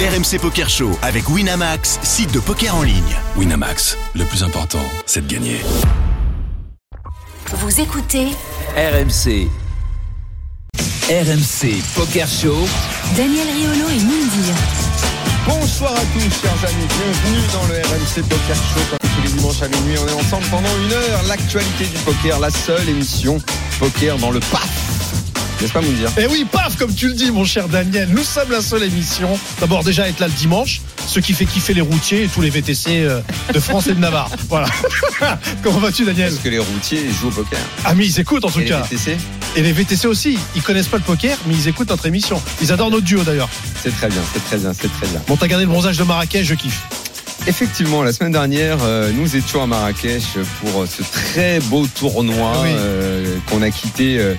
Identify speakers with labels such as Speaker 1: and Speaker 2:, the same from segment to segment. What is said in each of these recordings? Speaker 1: RMC Poker Show avec Winamax, site de poker en ligne.
Speaker 2: Winamax, le plus important, c'est de gagner.
Speaker 3: Vous écoutez
Speaker 4: RMC. RMC Poker Show.
Speaker 3: Daniel Riolo et Mindy.
Speaker 5: Bonsoir à tous, chers amis. Bienvenue dans le RMC Poker Show. Comme tous les dimanches à minuit, on est ensemble pendant une heure. L'actualité du poker, la seule émission poker dans le paf. N'est-ce pas, vous dire
Speaker 6: Et Eh oui, paf, comme tu le dis, mon cher Daniel, nous sommes la seule émission. D'abord, déjà être là le dimanche, ce qui fait kiffer les routiers et tous les VTC euh, de France et de Navarre. Voilà. Comment vas-tu, Daniel
Speaker 5: Parce que les routiers jouent au poker.
Speaker 6: Ah, mais ils écoutent en tout
Speaker 5: Et les
Speaker 6: cas.
Speaker 5: VTC,
Speaker 6: Et les VTC aussi. Ils connaissent pas le poker, mais ils écoutent notre émission. Ils adorent notre duo d'ailleurs.
Speaker 5: c'est très bien, c'est très bien, c'est très bien.
Speaker 6: Bon, t'as gardé le bronzage de Marrakech, je kiffe.
Speaker 5: Effectivement, la semaine dernière, euh, nous étions à Marrakech pour euh, ce très beau tournoi
Speaker 6: Ah oui.
Speaker 5: euh, qu'on a quitté. euh,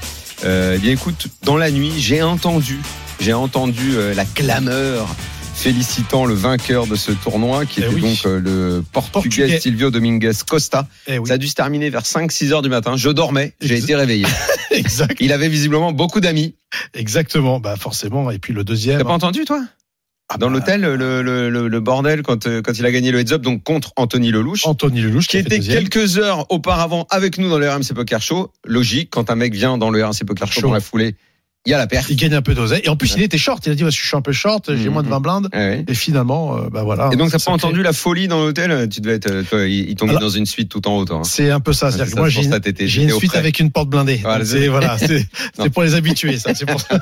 Speaker 5: euh, eh bien, écoute, dans la nuit, j'ai entendu, j'ai entendu euh, la clameur félicitant le vainqueur de ce tournoi, qui
Speaker 6: Eh
Speaker 5: était
Speaker 6: oui.
Speaker 5: donc euh, le Portugais,
Speaker 6: Portugais.
Speaker 5: Silvio Dominguez Costa.
Speaker 6: Eh oui.
Speaker 5: Ça a dû se terminer vers 5-6 heures du matin. Je dormais, j'ai
Speaker 6: Ex-
Speaker 5: été réveillé.
Speaker 6: Exact-
Speaker 5: Il avait visiblement beaucoup d'amis.
Speaker 6: exactement. Bah, forcément. Et puis le deuxième.
Speaker 5: T'as pas entendu, toi Dans
Speaker 6: bah,
Speaker 5: l'hôtel, le, le- le- le bordel quand, euh, quand il a gagné le heads-up, donc contre Anthony Lelouch.
Speaker 6: Anthony Lelouch
Speaker 5: qui
Speaker 6: qui, a fait
Speaker 5: était
Speaker 6: deuxième.
Speaker 5: quelques heures auparavant avec nous dans le RMC Poker Show. Logique, quand un mec vient dans le RMC Poker Show
Speaker 6: Show.
Speaker 5: dans la foulée, il y a la perte.
Speaker 6: Il gagne un peu d'oseille. Et en plus,
Speaker 5: Ouais.
Speaker 6: il était short. Il a dit, ouais, je suis un peu short, j'ai
Speaker 5: Mhm.
Speaker 6: moins de 20 blindes.
Speaker 5: Ah ouais.
Speaker 6: Et finalement, euh, bah voilà.
Speaker 5: Et donc, t'as
Speaker 6: ça
Speaker 5: pas entendu la folie dans l'hôtel Tu devais être. euh, Toi, ils ils t'ont mis
Speaker 6: Alors-
Speaker 5: dans une suite tout en haut, toi. hein.
Speaker 6: C'est un peu ça.
Speaker 5: Ah, c'est
Speaker 6: C'est-à-dire que
Speaker 5: ça,
Speaker 6: moi,
Speaker 5: c'est pour
Speaker 6: j'ai
Speaker 5: ça, t'étais-
Speaker 6: J'ai
Speaker 5: j'étais
Speaker 6: une
Speaker 5: au
Speaker 6: suite
Speaker 5: frais.
Speaker 6: avec une porte blindée.
Speaker 5: Voilà,
Speaker 6: Donc,
Speaker 5: c'est-
Speaker 6: c'est voilà, c'est
Speaker 5: Ah, Non.
Speaker 6: c'est pour les habitués, ça. C'est pour ça.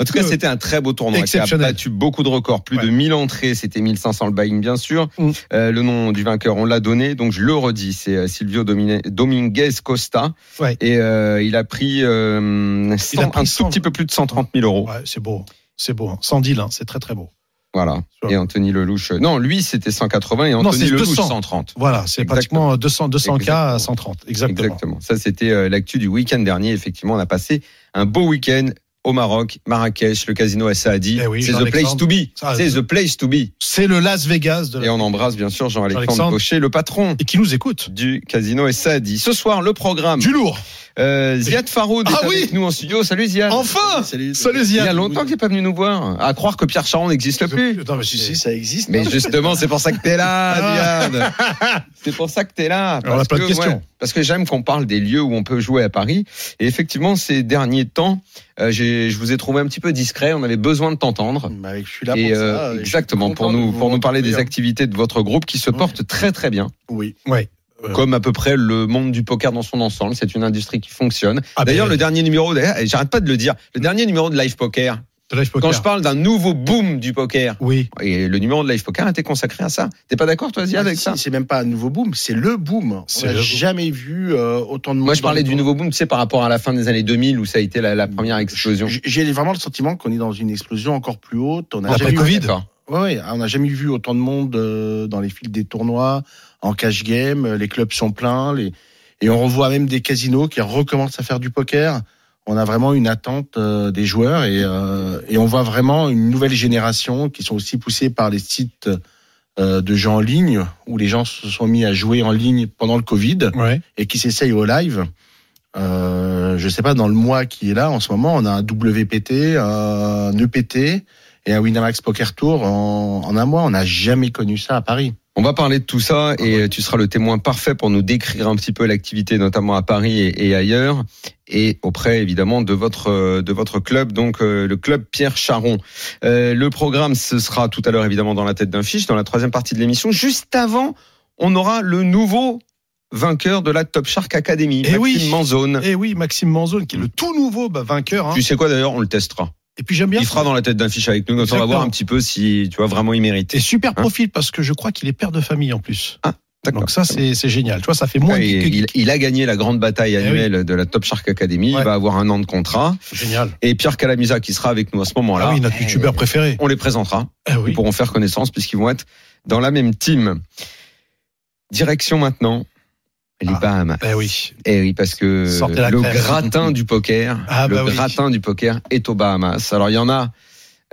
Speaker 5: En tout cas, c'était un très beau tournoi qui a
Speaker 6: Exceptionnel.
Speaker 5: battu beaucoup de records. Plus
Speaker 6: Ouais.
Speaker 5: de 1000 entrées, c'était 1500 le buy-in, bien sûr.
Speaker 6: Mm.
Speaker 5: Euh, le nom du vainqueur, on l'a donné. Donc, je le redis, c'est euh, Silvio Domine- Dominguez Costa.
Speaker 6: Ouais.
Speaker 5: Et euh, il a pris, euh, 100
Speaker 6: pris
Speaker 5: un
Speaker 6: 100.
Speaker 5: tout petit peu plus de 130 000 euros.
Speaker 6: Ouais, c'est beau. C'est beau. Hein. Sans deal, hein. c'est très très beau.
Speaker 5: Voilà.
Speaker 6: Sur-
Speaker 5: Et Anthony Lelouch. euh, Non, lui, c'était 180 et
Speaker 6: Non,
Speaker 5: Anthony
Speaker 6: c'est
Speaker 5: Lelouch,
Speaker 6: 200.
Speaker 5: 130.
Speaker 6: Voilà, c'est
Speaker 5: Exactement.
Speaker 6: pratiquement euh, 200, 200 k
Speaker 5: Exactement.
Speaker 6: à 130. Exactement.
Speaker 5: Ça, c'était euh, l'actu du week-end dernier. Effectivement, on a passé un beau week-end au Maroc, Marrakech, le casino à Saadi.
Speaker 6: Eh oui, Ah,
Speaker 5: c'est the
Speaker 6: Jean-Alexandre.
Speaker 5: place to be.
Speaker 6: Ça,
Speaker 5: C'est
Speaker 6: je-
Speaker 5: the place to be.
Speaker 6: C'est le Las Vegas de
Speaker 5: Et
Speaker 6: la...
Speaker 5: on embrasse, bien sûr, Jean-Alexandre
Speaker 6: euh, Jean-Alexandre.
Speaker 5: Bochet, le patron
Speaker 6: et qui nous écoute.
Speaker 5: du casino à Saadi. Ce soir, le programme.
Speaker 6: Du lourd.
Speaker 5: Euh, Ziad Faroud
Speaker 6: Ah
Speaker 5: est
Speaker 6: oui
Speaker 5: avec nous en studio. Salut Ziad.
Speaker 6: Enfin Salut
Speaker 5: Il y
Speaker 6: Ziad.
Speaker 5: a longtemps que tu n'es pas venu nous voir. À croire que Pierre Charon n'existe plus.
Speaker 6: Non, mais si, si, ça existe.
Speaker 5: Mais justement, c'est pour ça que t'es là,
Speaker 7: Ah.
Speaker 5: Diane. C'est pour ça que t'es là.
Speaker 6: Alors, on a plein de
Speaker 5: que,
Speaker 6: questions.
Speaker 5: parce que j'aime qu'on parle des lieux où on peut jouer à Paris. Et effectivement, ces derniers temps, euh, j'ai- je vous ai trouvé un petit peu discret. On avait besoin de t'entendre.
Speaker 7: Bah, je suis là
Speaker 5: Ah. Et
Speaker 7: pour ça,
Speaker 5: euh,
Speaker 7: et je suis
Speaker 5: exactement pour
Speaker 7: content de
Speaker 5: nous
Speaker 7: vous
Speaker 5: pour nous parler des
Speaker 7: retrouver.
Speaker 5: activités de votre groupe qui se
Speaker 7: Ouais.
Speaker 5: porte très très bien,
Speaker 7: Oui.
Speaker 6: Ouais. Euh.
Speaker 5: comme à peu près le monde du poker dans son ensemble. C'est une industrie qui fonctionne.
Speaker 6: Ah,
Speaker 5: D'ailleurs,
Speaker 6: ben,
Speaker 5: le dernier numéro, d'ailleurs, et j'arrête pas de le dire, le dernier numéro de Live Poker.
Speaker 6: de Live Poker.
Speaker 5: Quand je parle d'un nouveau boom du poker,
Speaker 6: Oui.
Speaker 5: et le numéro de Live Poker était consacré à ça. T'es pas d'accord, toi, Ziad, avec
Speaker 7: Ah, Si,
Speaker 5: ça
Speaker 7: C'est même pas un nouveau boom, c'est le boom.
Speaker 6: C'est
Speaker 7: On n'a
Speaker 6: le boom.
Speaker 7: jamais vu euh, autant de monde.
Speaker 5: Moi, je
Speaker 7: dans
Speaker 5: parlais
Speaker 7: le
Speaker 5: du
Speaker 7: monde.
Speaker 5: nouveau boom, tu sais, par rapport à la fin des années 2000 où ça a été la, la première explosion.
Speaker 7: J- J'ai vraiment le sentiment qu'on est dans une explosion encore plus haute. On n'a
Speaker 6: Après
Speaker 7: jamais,
Speaker 6: Covid.
Speaker 5: D'accord.
Speaker 7: vu- ouais, ouais, on n'a jamais vu autant de monde euh, dans les files des tournois, en cash game. euh, Les clubs sont pleins. Les... Et on revoit même des casinos qui recommencent à faire du poker. On a vraiment une attente euh, des joueurs et, euh, et on voit vraiment une nouvelle génération qui sont aussi poussés par les sites euh, de gens en ligne où les gens se sont mis à jouer en ligne pendant le Covid
Speaker 6: Ouais.
Speaker 7: et qui s'essayent au live. Euh, je sais pas, dans le mois qui est là, en ce moment, on a un WPT, un EPT et un Winamax Poker Tour en, en un mois. On n'a jamais connu ça à Paris.
Speaker 5: On va parler de tout ça
Speaker 7: Ah
Speaker 5: et tu seras le témoin parfait pour nous décrire un petit peu l'activité, notamment à Paris et, et ailleurs, et auprès évidemment de votre euh, de votre club, donc euh, le club Pierre Charon. Euh, le programme, ce sera tout à l'heure évidemment dans la tête d'un fiche, dans la troisième partie de l'émission. Juste avant, on aura le nouveau vainqueur de la Top Shark Academy,
Speaker 6: Eh oui.
Speaker 5: Maxime Manzone.
Speaker 6: Et oui, Maxime Manzone, qui est le tout nouveau bah, vainqueur. hein.
Speaker 5: Tu sais quoi d'ailleurs, on le testera.
Speaker 6: Et puis j'aime bien.
Speaker 5: Il fera dans la tête d'un fiche avec nous, donc on va
Speaker 6: Exactement.
Speaker 5: voir un petit peu si tu vois vraiment il mérite.
Speaker 6: Et super profil parce que je crois qu'il est père de famille en plus.
Speaker 5: Hein D'accord.
Speaker 6: Donc ça, c'est c'est génial. Tu vois, ça fait moins
Speaker 5: Ah,
Speaker 6: de
Speaker 5: et
Speaker 6: geek- Eh
Speaker 5: il, il a gagné la grande bataille
Speaker 6: oui.
Speaker 5: annuelle de la Top Shark Academy. Il
Speaker 6: Ouais.
Speaker 5: va avoir un an de contrat.
Speaker 6: Génial.
Speaker 5: Et Pierre Calamusa qui sera avec nous à ce moment-là.
Speaker 6: Ah oui, notre youtubeur préféré.
Speaker 5: On les présentera.
Speaker 6: Ah oui.
Speaker 5: Ils pourront faire connaissance puisqu'ils vont être dans la même team. Direction maintenant les
Speaker 6: Ah.
Speaker 5: Bahamas.
Speaker 6: Eh oui.
Speaker 5: Eh oui, parce que
Speaker 6: Sortez la
Speaker 5: le
Speaker 6: crème.
Speaker 5: gratin du poker,
Speaker 6: Ah,
Speaker 5: le
Speaker 6: bah oui.
Speaker 5: gratin du poker est aux Bahamas. Alors il y en a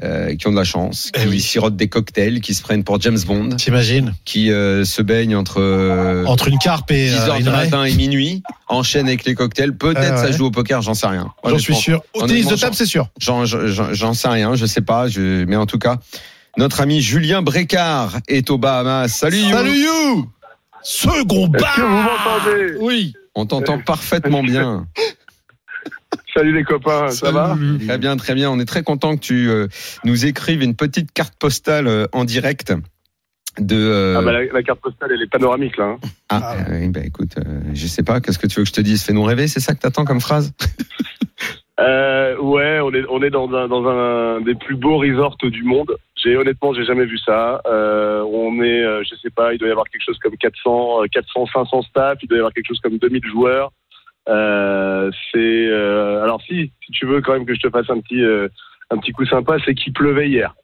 Speaker 5: euh, qui ont de la chance,
Speaker 6: Eh
Speaker 5: qui
Speaker 6: oui.
Speaker 5: sirotent des cocktails, qui se prennent pour James Bond.
Speaker 6: T'imagines
Speaker 5: qui euh, se baigne entre euh,
Speaker 6: Entre une carpe et
Speaker 5: 10
Speaker 6: euh,
Speaker 5: heures
Speaker 6: une
Speaker 5: du
Speaker 6: raie,
Speaker 5: matin et minuit, enchaîne avec les cocktails. Peut-être
Speaker 6: Ah
Speaker 5: ça
Speaker 6: ouais.
Speaker 5: joue au poker, j'en sais rien.
Speaker 6: j'en suis
Speaker 5: Honnêtement,
Speaker 6: sûr. Au
Speaker 5: honnêtement,
Speaker 6: tennis de
Speaker 5: j'en-
Speaker 6: table, c'est sûr.
Speaker 5: J'en j'en- j'en sais rien, je sais pas, je... mais en tout cas, Notre ami Julien Brécard est aux Bahamas. Salut, You.
Speaker 6: Salut You Ce
Speaker 5: Euh,
Speaker 6: gros
Speaker 8: Est-ce que
Speaker 6: bar
Speaker 8: vous m'entendez
Speaker 6: Oui
Speaker 5: On t'entend parfaitement bien.
Speaker 8: Salut les copains, ça va
Speaker 5: Très bien, très bien. On est très content que tu euh, nous écrives une petite carte postale euh, en direct de. euh,
Speaker 8: Ah bah la, la carte postale elle est panoramique là. hein.
Speaker 5: Ah,
Speaker 6: Ah
Speaker 5: oui, bah écoute, euh, je sais pas, qu'est-ce que tu veux que je te dise Fais-nous rêver, c'est ça que t'attends comme phrase
Speaker 8: Euh, ouais, on est on est dans un dans un des plus beaux resorts du monde. J'ai honnêtement j'ai jamais vu ça. Euh, on est euh, je sais pas, il doit y avoir quelque chose comme 400 euh, 400 500 staff, il doit y avoir quelque chose comme 2000 joueurs. Euh, c'est euh, alors si si tu veux quand même que je te fasse un petit euh, un petit coup sympa, c'est qu'il pleuvait hier.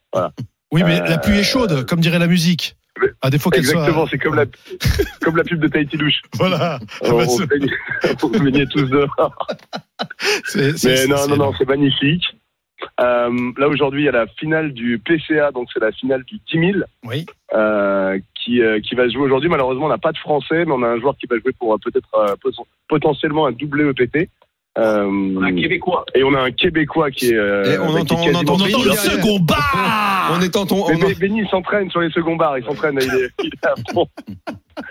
Speaker 6: Oui, mais la pluie est chaude, comme dirait la musique.
Speaker 8: euh, Mais-
Speaker 6: À défaut qu'elle soit.
Speaker 8: Exactement, c'est comme la Oh, comme la pub de Tahiti Douche.
Speaker 6: Voilà. Ah
Speaker 8: On,
Speaker 6: bah,
Speaker 8: on
Speaker 6: c'est-
Speaker 8: baignait- on baignait tous dehors.
Speaker 6: c'est- c'est-
Speaker 8: Mais non,
Speaker 6: c'est-
Speaker 8: non, non, c'est magnifique. Euh, là aujourd'hui, il y a la finale du PCA, donc c'est la finale du 10 000
Speaker 6: Oui.
Speaker 8: euh, qui, euh, qui va se jouer aujourd'hui. Malheureusement, on n'a pas de Français, mais on a un joueur qui va jouer pour euh, peut-être euh, pot- potentiellement un double EPT. Euh, un Québécois. Et on a un Québécois qui est. euh,
Speaker 5: Et on
Speaker 8: qui est
Speaker 5: entend- on
Speaker 8: quasiment-
Speaker 6: On entend le
Speaker 5: Derrière.
Speaker 6: second Ah, bar
Speaker 8: Ah.
Speaker 5: On est en ton.
Speaker 8: Mais
Speaker 5: on en-
Speaker 8: Bé- Benny il s'entraîne sur les seconds bars, il s'entraîne, il est, il est à fond.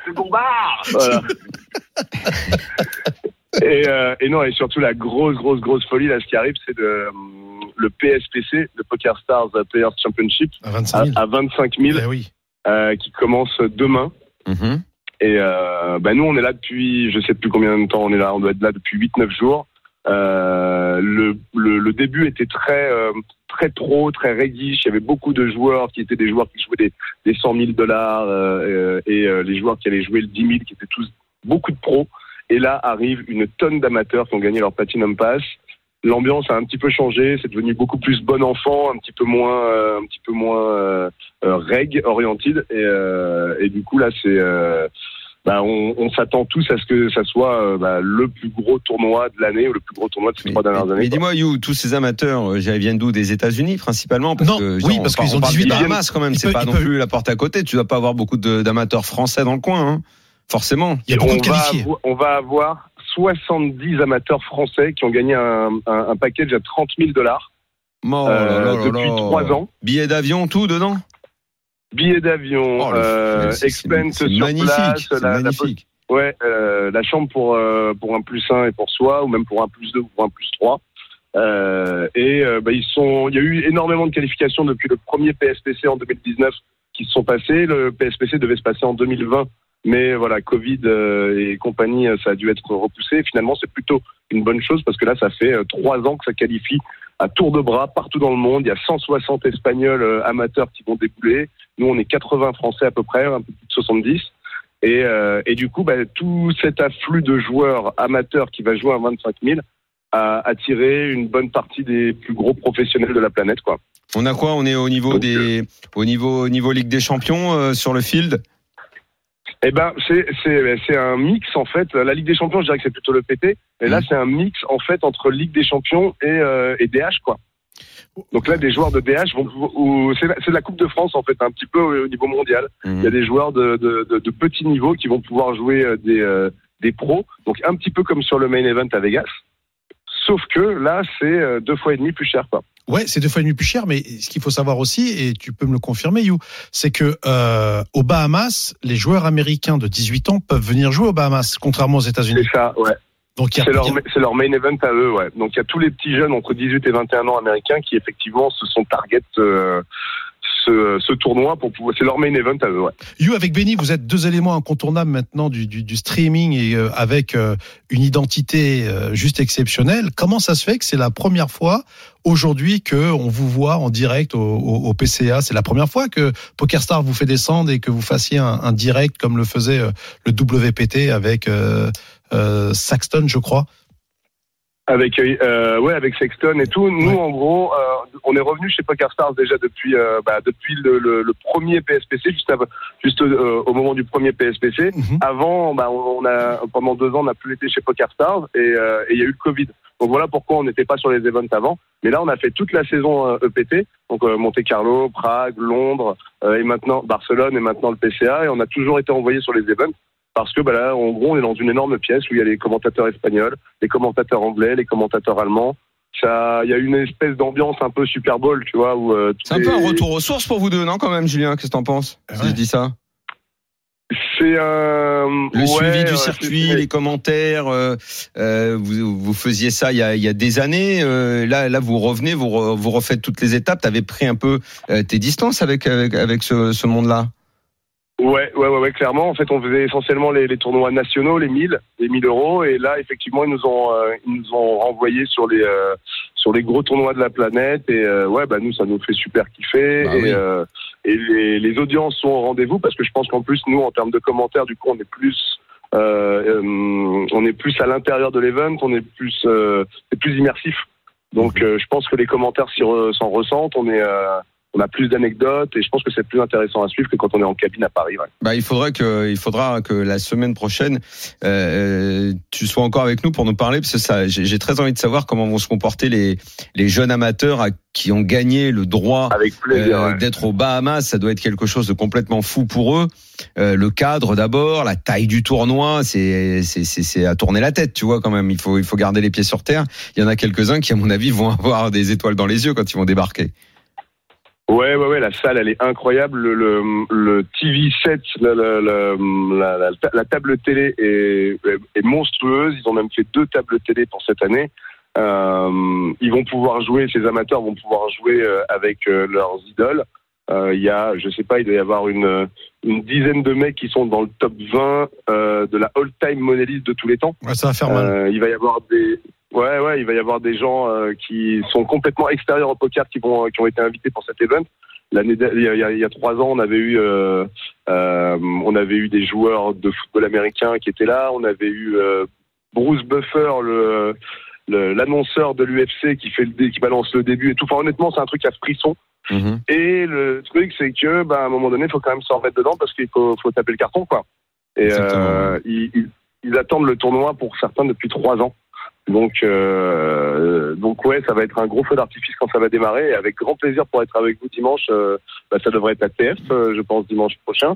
Speaker 8: Second bar Voilà. et, euh, et non, et surtout la grosse, grosse, grosse folie, là, ce qui arrive, c'est de, euh, le PSPC, le Poker Stars Players Championship,
Speaker 6: À
Speaker 8: à,
Speaker 6: 25 000.
Speaker 8: à 25 000,
Speaker 6: Ah Eh oui.
Speaker 8: euh, qui commence demain.
Speaker 5: Mhm.
Speaker 8: Et euh, bah, nous, on est là depuis, je sais plus combien de temps on est là, on doit être là depuis 8-9 jours. Euh, le, le, le début était très, euh, très pro, très réguiche. Il y avait beaucoup de joueurs qui étaient des joueurs qui jouaient des, des 100 000 dollars euh, et euh, les joueurs qui allaient jouer le 10 000, qui étaient tous beaucoup de pros. Et là arrive une tonne d'amateurs qui ont gagné leur Platinum Pass. L'ambiance a un petit peu changé, c'est devenu beaucoup plus bon enfant, un petit peu moins, euh, un petit peu moins euh, euh, reg oriented. Et, euh, et du coup là, c'est euh, bah, on, on s'attend tous à ce que ça soit euh, bah, le plus gros tournoi de l'année ou le plus gros tournoi de ces
Speaker 5: Mais,
Speaker 8: trois dernières
Speaker 5: mais
Speaker 8: années. quoi.
Speaker 5: dis-moi, You, tous ces amateurs, euh, ils viennent d'où Des États-Unis principalement
Speaker 6: Non, oui, parce qu'ils ont 18
Speaker 5: ans.
Speaker 6: ans.
Speaker 5: Bahamas quand même,
Speaker 6: Ils
Speaker 5: c'est
Speaker 6: peuvent-
Speaker 5: pas
Speaker 6: ils
Speaker 5: non
Speaker 6: peuvent-
Speaker 5: plus la porte à côté. Tu dois pas avoir beaucoup de- d'amateurs français dans le coin, hein. forcément.
Speaker 6: Il y a beaucoup
Speaker 8: on,
Speaker 6: de
Speaker 8: va
Speaker 6: qualifiés.
Speaker 8: avo- on va avoir 70 amateurs français qui ont gagné un, un, un package à 30 000 dollars
Speaker 5: Oh là là là
Speaker 8: Euh, depuis
Speaker 5: là.
Speaker 8: trois ans.
Speaker 5: Billets d'avion, tout dedans
Speaker 8: Billets d'avion,
Speaker 5: Oh, le-
Speaker 8: euh,
Speaker 5: c'est- c'est-
Speaker 8: expense
Speaker 5: c'est
Speaker 8: sur
Speaker 5: magnifique,
Speaker 8: place,
Speaker 5: c'est
Speaker 8: la, la
Speaker 5: magnifique.
Speaker 8: Ouais, euh, la chambre pour euh, pour un plus un et pour soi, ou même pour un plus deux ou pour un plus trois. Euh, et euh, bah, ils sont, il y a eu énormément de qualifications depuis le premier PSPC en 2019 qui se sont passées. Le PSPC devait se passer en 2020, mais voilà, Covid euh, et compagnie, euh, ça a dû être repoussé. Et finalement, c'est plutôt une bonne chose parce que là, ça fait euh, trois ans que ça qualifie à tour de bras partout dans le monde. Il y a 160 Espagnols euh, amateurs qui vont débouler. Nous, on est 80 Français à peu près, un peu plus de 70. Et, euh, et du coup, bah, tout cet afflux de joueurs amateurs qui va jouer à 25 000 a attiré une bonne partie des plus gros professionnels de la planète. Quoi.
Speaker 5: On a quoi On est au niveau
Speaker 8: Donc,
Speaker 5: des, au niveau, au niveau Ligue des Champions euh, sur le field.
Speaker 8: Eh ben, c'est, c'est, c'est un mix en fait. La Ligue des Champions, je dirais que c'est plutôt le PT. Et là, c'est un mix en fait entre Ligue des Champions et, euh, et DH, quoi. Donc là, des joueurs de DH vont, ou, c'est, la- c'est de la Coupe de France en fait, un petit peu au niveau mondial. Il y a
Speaker 5: Hmm.
Speaker 8: des joueurs de, de, de, de petit niveau qui vont pouvoir jouer euh, des, euh, des pros, donc un petit peu comme sur le main event à Vegas. Sauf que là, c'est euh, deux fois et demi plus cher. Quoi.
Speaker 6: Ouais, c'est deux fois et demi plus cher, mais ce qu'il faut savoir aussi, et tu peux me le confirmer, You, c'est que euh, aux Bahamas, les joueurs américains de 18 ans peuvent venir jouer aux Bahamas, contrairement aux
Speaker 8: C'est
Speaker 6: États-Unis.
Speaker 8: ça, ouais.
Speaker 6: Donc il y a-
Speaker 8: C'est leur, c'est leur main event à eux, ouais. Donc il y a tous les petits jeunes entre 18 et 21 ans américains qui effectivement se sont target euh, ce, ce tournoi pour pouvoir. C'est leur main event à eux, ouais.
Speaker 6: You avec Benny, vous êtes deux éléments incontournables maintenant du, du- du streaming et euh, avec euh, une identité euh, juste exceptionnelle. Comment ça se fait que c'est la première fois aujourd'hui que on vous voit en direct au, au- au PCA C'est la première fois que PokerStar vous fait descendre et que vous fassiez un, un direct comme le faisait euh, le WPT avec euh, euh, Saxton, je crois.
Speaker 8: Avec euh, euh, ouais, avec Sexton et tout. Nous,
Speaker 6: Ouais.
Speaker 8: en gros, euh, on est revenu chez PokerStars déjà depuis euh, bah, depuis le, le- le premier PSPC, juste av- juste euh, au moment du premier PSPC.
Speaker 6: Mhm.
Speaker 8: Avant, bah, on a pendant deux ans, on n'a plus été chez PokerStars et euh, et il y a eu le Covid. Donc voilà pourquoi on n'était pas sur les events avant. Mais là, on a fait toute la saison euh, EPT, donc euh, Monte Carlo, Prague, Londres euh, et maintenant Barcelone et maintenant le PCA et on a toujours été envoyé sur les events parce que bah, là, en gros, on est dans une énorme pièce où il y a les commentateurs espagnols, les commentateurs anglais, les commentateurs allemands. ça, il y a une espèce d'ambiance un peu Super Bowl, tu vois, où euh,
Speaker 5: C'est un
Speaker 8: tout
Speaker 5: peu un
Speaker 8: est-
Speaker 5: retour aux sources pour vous deux, non, quand même, Julien Qu'est-ce que t'en penses si
Speaker 6: Ouais.
Speaker 5: je dis ça
Speaker 8: C'est un
Speaker 5: Le
Speaker 8: ouais,
Speaker 5: suivi
Speaker 8: ouais,
Speaker 5: du
Speaker 8: c'est-
Speaker 5: circuit,
Speaker 8: c'est-
Speaker 5: les commentaires, euh, euh, vous, vous faisiez ça il y a, il y a des années. euh, là, là, vous revenez, vous, re- vous refaites toutes les étapes. T'avais pris un peu euh, tes distances avec avec, avec ce, ce monde-là.
Speaker 8: Ouais, ouais, ouais, ouais, clairement. En fait, on faisait essentiellement les, les tournois nationaux, les 1000, les 1000 euros, et là, effectivement, ils nous ont, euh, ils nous ont renvoyés sur les, euh, sur les gros tournois de la planète, et euh, ouais, bah nous, ça nous fait super kiffer,
Speaker 5: Bah
Speaker 8: et,
Speaker 5: oui.
Speaker 8: euh, et les, les audiences sont au rendez-vous parce que je pense qu'en plus, nous, en termes de commentaires, du coup, on est plus, euh, euh, on est plus à l'intérieur de l'event, on est plus, euh, c'est plus immersif. Donc,
Speaker 5: Mhm.
Speaker 8: euh, je pense que les commentaires s'y re- s'en ressentent. On est, euh, on a plus d'anecdotes, et je pense que c'est plus intéressant à suivre que quand on est en cabine à Paris. ouais.
Speaker 5: Bah, il faudrait que il faudra que la semaine prochaine euh, euh, tu sois encore avec nous pour nous parler parce que ça j'ai j'ai très envie de savoir comment vont se comporter les les jeunes amateurs à- qui ont gagné le droit
Speaker 8: Avec plaisir.
Speaker 5: Euh,
Speaker 8: ouais.
Speaker 5: d'être aux Bahamas, ça doit être quelque chose de complètement fou pour eux. Euh, le cadre d'abord, la taille du tournoi, c'est c'est c'est c'est à tourner la tête, tu vois quand même. Il faut il faut garder les pieds sur terre. Il y en a quelques-uns qui à mon avis vont avoir des étoiles dans les yeux quand ils vont débarquer.
Speaker 8: Ouais, ouais, ouais, la salle, elle est incroyable. Le, le, le TV set, la, la, la, la- la ta- la table télé est, est monstrueuse. Ils ont même fait deux tables télé pour cette année. Euh, ils vont pouvoir jouer, ces amateurs vont pouvoir jouer euh, avec euh, leurs idoles. Euh, Il y a, je sais pas, il doit y avoir une, une dizaine de mecs qui sont dans le top 20 euh, de la all-time money list de tous les temps.
Speaker 6: Ouais, ça va faire mal.
Speaker 8: Euh, il va y avoir des ouais ouais, il va y avoir des gens euh, qui sont complètement extérieurs au poker qui vont qui ont été invités pour cet event. L'année d'a- il y, a- il y a- il y a trois ans, on avait eu euh, euh, on avait eu des joueurs de football américain qui étaient là. On avait eu euh, Bruce Buffer le le- l'annonceur de l'UFC qui fait le dé- qui balance le début et tout. Enfin, honnêtement, c'est un truc à frisson. Et le truc, c'est que, bah, à un moment donné, il faut quand même s'en remettre dedans parce qu'il faut, faut taper le carton, quoi. Et
Speaker 5: Exactement.
Speaker 8: euh, ils, ils- ils attendent le tournoi pour certains depuis trois ans. Donc, euh, donc ouais, ça va être un gros feu d'artifice quand ça va démarrer. Et avec grand plaisir pour être avec vous dimanche. euh, bah, ça devrait être à TF, euh, je pense, dimanche prochain.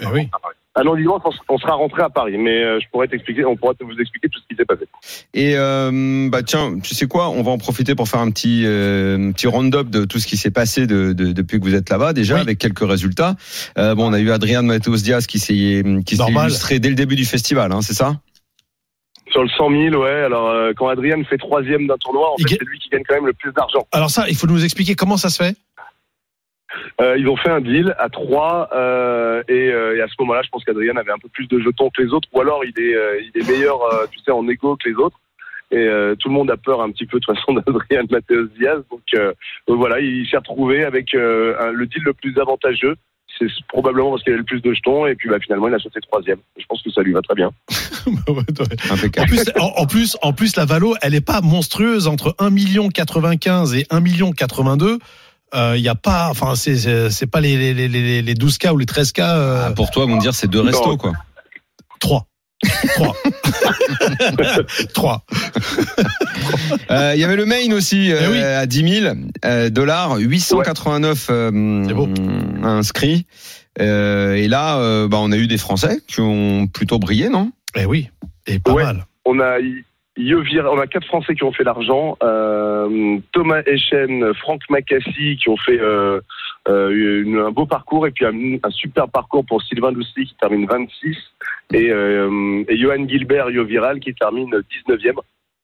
Speaker 6: Eh oui.
Speaker 8: Ah non, dimanche, on s- on sera rentré à Paris, mais euh, je pourrais t'expliquer, on pourra te- vous expliquer tout ce qui s'est passé.
Speaker 5: Et euh, bah tiens, tu sais quoi, on va en profiter pour faire un petit euh, un petit round-up de tout ce qui s'est passé de, de- depuis que vous êtes là-bas déjà
Speaker 6: Oui.
Speaker 5: avec quelques résultats. Euh, bon, on a eu Adrien Matos Diaz qui s'est euh, qui s'est
Speaker 6: Normal.
Speaker 5: illustré dès le début du festival, hein, c'est ça
Speaker 8: Sur le 100 000, ouais. Alors, euh, quand Adrien fait troisième d'un tournoi, en
Speaker 6: Il
Speaker 8: fait,
Speaker 6: ga-
Speaker 8: c'est lui qui gagne quand même le plus d'argent.
Speaker 6: Alors ça, il faut nous expliquer comment ça se fait.
Speaker 8: Euh, ils ont fait un deal à trois euh, et, euh, et à ce moment-là, je pense qu'Adrien avait un peu plus de jetons que les autres, ou alors il est, euh, il est meilleur, euh, tu sais, en égo que les autres. Et euh, tout le monde a peur un petit peu de toute façon d'Adrien Mateos Diaz. Donc, euh, donc voilà, il s'est retrouvé avec euh, un- le deal le plus avantageux. C'est probablement parce qu'il avait le plus de jetons et puis bah, finalement il a sauté troisième. Je pense que ça lui va très bien.
Speaker 6: En Bah
Speaker 5: Impeccable.
Speaker 6: plus, en, en plus, en plus, la valo, elle est pas monstrueuse entre 1 million 95 et 1 million 82. Il y a pas, enfin, c'est- c'est c'est pas les les, les, les les 12K ou les 13K, euh,
Speaker 5: Ah, pour toi, vont me dire c'est deux restos
Speaker 8: Non.
Speaker 5: quoi.
Speaker 6: 3. 3. 3.
Speaker 5: Euh, Il y avait le Maine aussi euh,
Speaker 6: Eh oui.
Speaker 5: à 10 000 euh, dollars, 889 euh,
Speaker 6: C'est beau.
Speaker 5: inscrits. Euh, et là, euh, bah, on a eu des Français qui ont plutôt brillé, non
Speaker 6: Eh oui. Et pas
Speaker 8: Ouais.
Speaker 6: mal.
Speaker 8: On a I- Iovira- on a quatre Français qui ont fait l'argent, euh, Thomas Echen, Franck Macassi qui ont fait euh, euh, une- un beau parcours et puis un, un super parcours pour Sylvain Doucy qui termine 26 et, euh, et Johan Gilbert Yoviral qui termine 19e.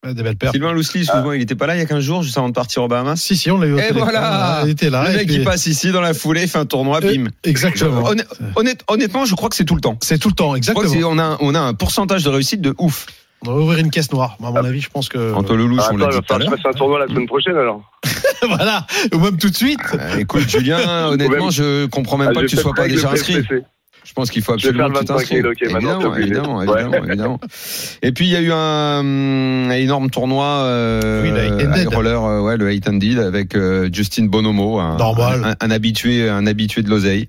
Speaker 6: Ouais, Des belles pertes.
Speaker 5: Sylvain Lousli, souvent, il était pas là il y a 15 jours, juste avant de partir aux Bahamas.
Speaker 6: Si, si, on l'a eu au
Speaker 5: Et
Speaker 6: téléphone,
Speaker 5: voilà.
Speaker 6: hein, Il était là.
Speaker 5: le
Speaker 6: et
Speaker 5: mec
Speaker 6: puis-
Speaker 5: qui passe ici dans la foulée, il fait un tournoi,
Speaker 6: Euh,
Speaker 5: bim.
Speaker 6: Exactement.
Speaker 5: Honn- honnête- honnêtement, je crois que c'est tout le temps.
Speaker 6: C'est tout le temps,
Speaker 5: Je crois que
Speaker 6: exactement.
Speaker 5: c'est- on a, on a un pourcentage de réussite de ouf.
Speaker 6: On va ouvrir une caisse noire. À mon avis, je pense que.
Speaker 5: Entre Lelouch, on
Speaker 8: Ah, Attends, il
Speaker 5: l'a
Speaker 8: va
Speaker 5: dit tout à
Speaker 8: falloir que je
Speaker 5: l'heure.
Speaker 8: fasse un tournoi la semaine prochaine alors.
Speaker 6: voilà. Ou même tout de suite.
Speaker 5: Euh, Écoute, Julien, honnêtement,
Speaker 8: Même-
Speaker 5: je comprends même
Speaker 8: Ah,
Speaker 5: pas
Speaker 8: je
Speaker 5: que tu
Speaker 8: fais
Speaker 5: sois pas
Speaker 8: avec le
Speaker 5: déjà inscrit.
Speaker 8: PSPC.
Speaker 5: Je pense qu'il faut
Speaker 8: Je vais
Speaker 5: absolument que
Speaker 8: faire
Speaker 5: tu
Speaker 8: le 25
Speaker 5: t'inscrives.
Speaker 8: 000, ok,
Speaker 5: évidemment,
Speaker 8: maintenant, t'es obligé.
Speaker 5: évidemment,
Speaker 8: Ouais.
Speaker 5: évidemment, évidemment. Et puis il y a eu un, un énorme tournoi euh,
Speaker 6: Oui, le Hate and
Speaker 5: high
Speaker 6: Dead.
Speaker 5: roller, euh, ouais, le Hate and Deed avec euh, Justin Bonomo, un,
Speaker 6: Normal.
Speaker 5: un- un habitué, un habitué de l'oseille.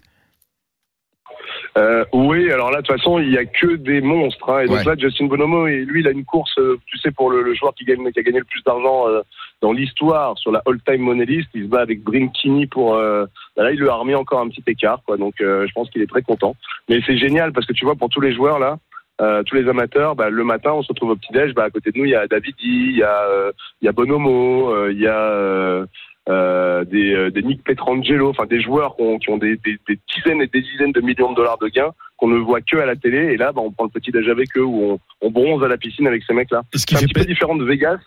Speaker 8: Euh, oui, alors là, de toute façon, il n'y a que des monstres. hein. Et donc
Speaker 5: Ouais.
Speaker 8: là, Justin Bonomo, et lui, il a une course, euh, tu sais, pour le, le joueur qui, gagne, qui a gagné le plus d'argent euh, dans l'histoire sur la all-time money list. Il se bat avec Brinkini pour. euh, bah là, il lui a remis encore un petit écart, quoi. Donc, euh, je pense qu'il est très content. Mais c'est génial parce que tu vois, pour tous les joueurs là. euh, tous les amateurs, bah, le matin, on se retrouve au petit-déj. Bah, à côté de nous, il y a Davidi, il y a, euh, il y a Bonomo, euh, il y a euh, euh, des, euh, des Nick Petrangelo, enfin des joueurs qui ont, qui ont des, des- des dizaines et des dizaines de millions de dollars de gains qu'on ne voit que à la télé. Et là, bah, on prend le petit-déj avec eux ou on, on bronze à la piscine avec ces mecs-là.
Speaker 6: Ce qui
Speaker 8: C'est un
Speaker 6: fait
Speaker 8: petit peu
Speaker 6: pe-
Speaker 8: différent de Vegas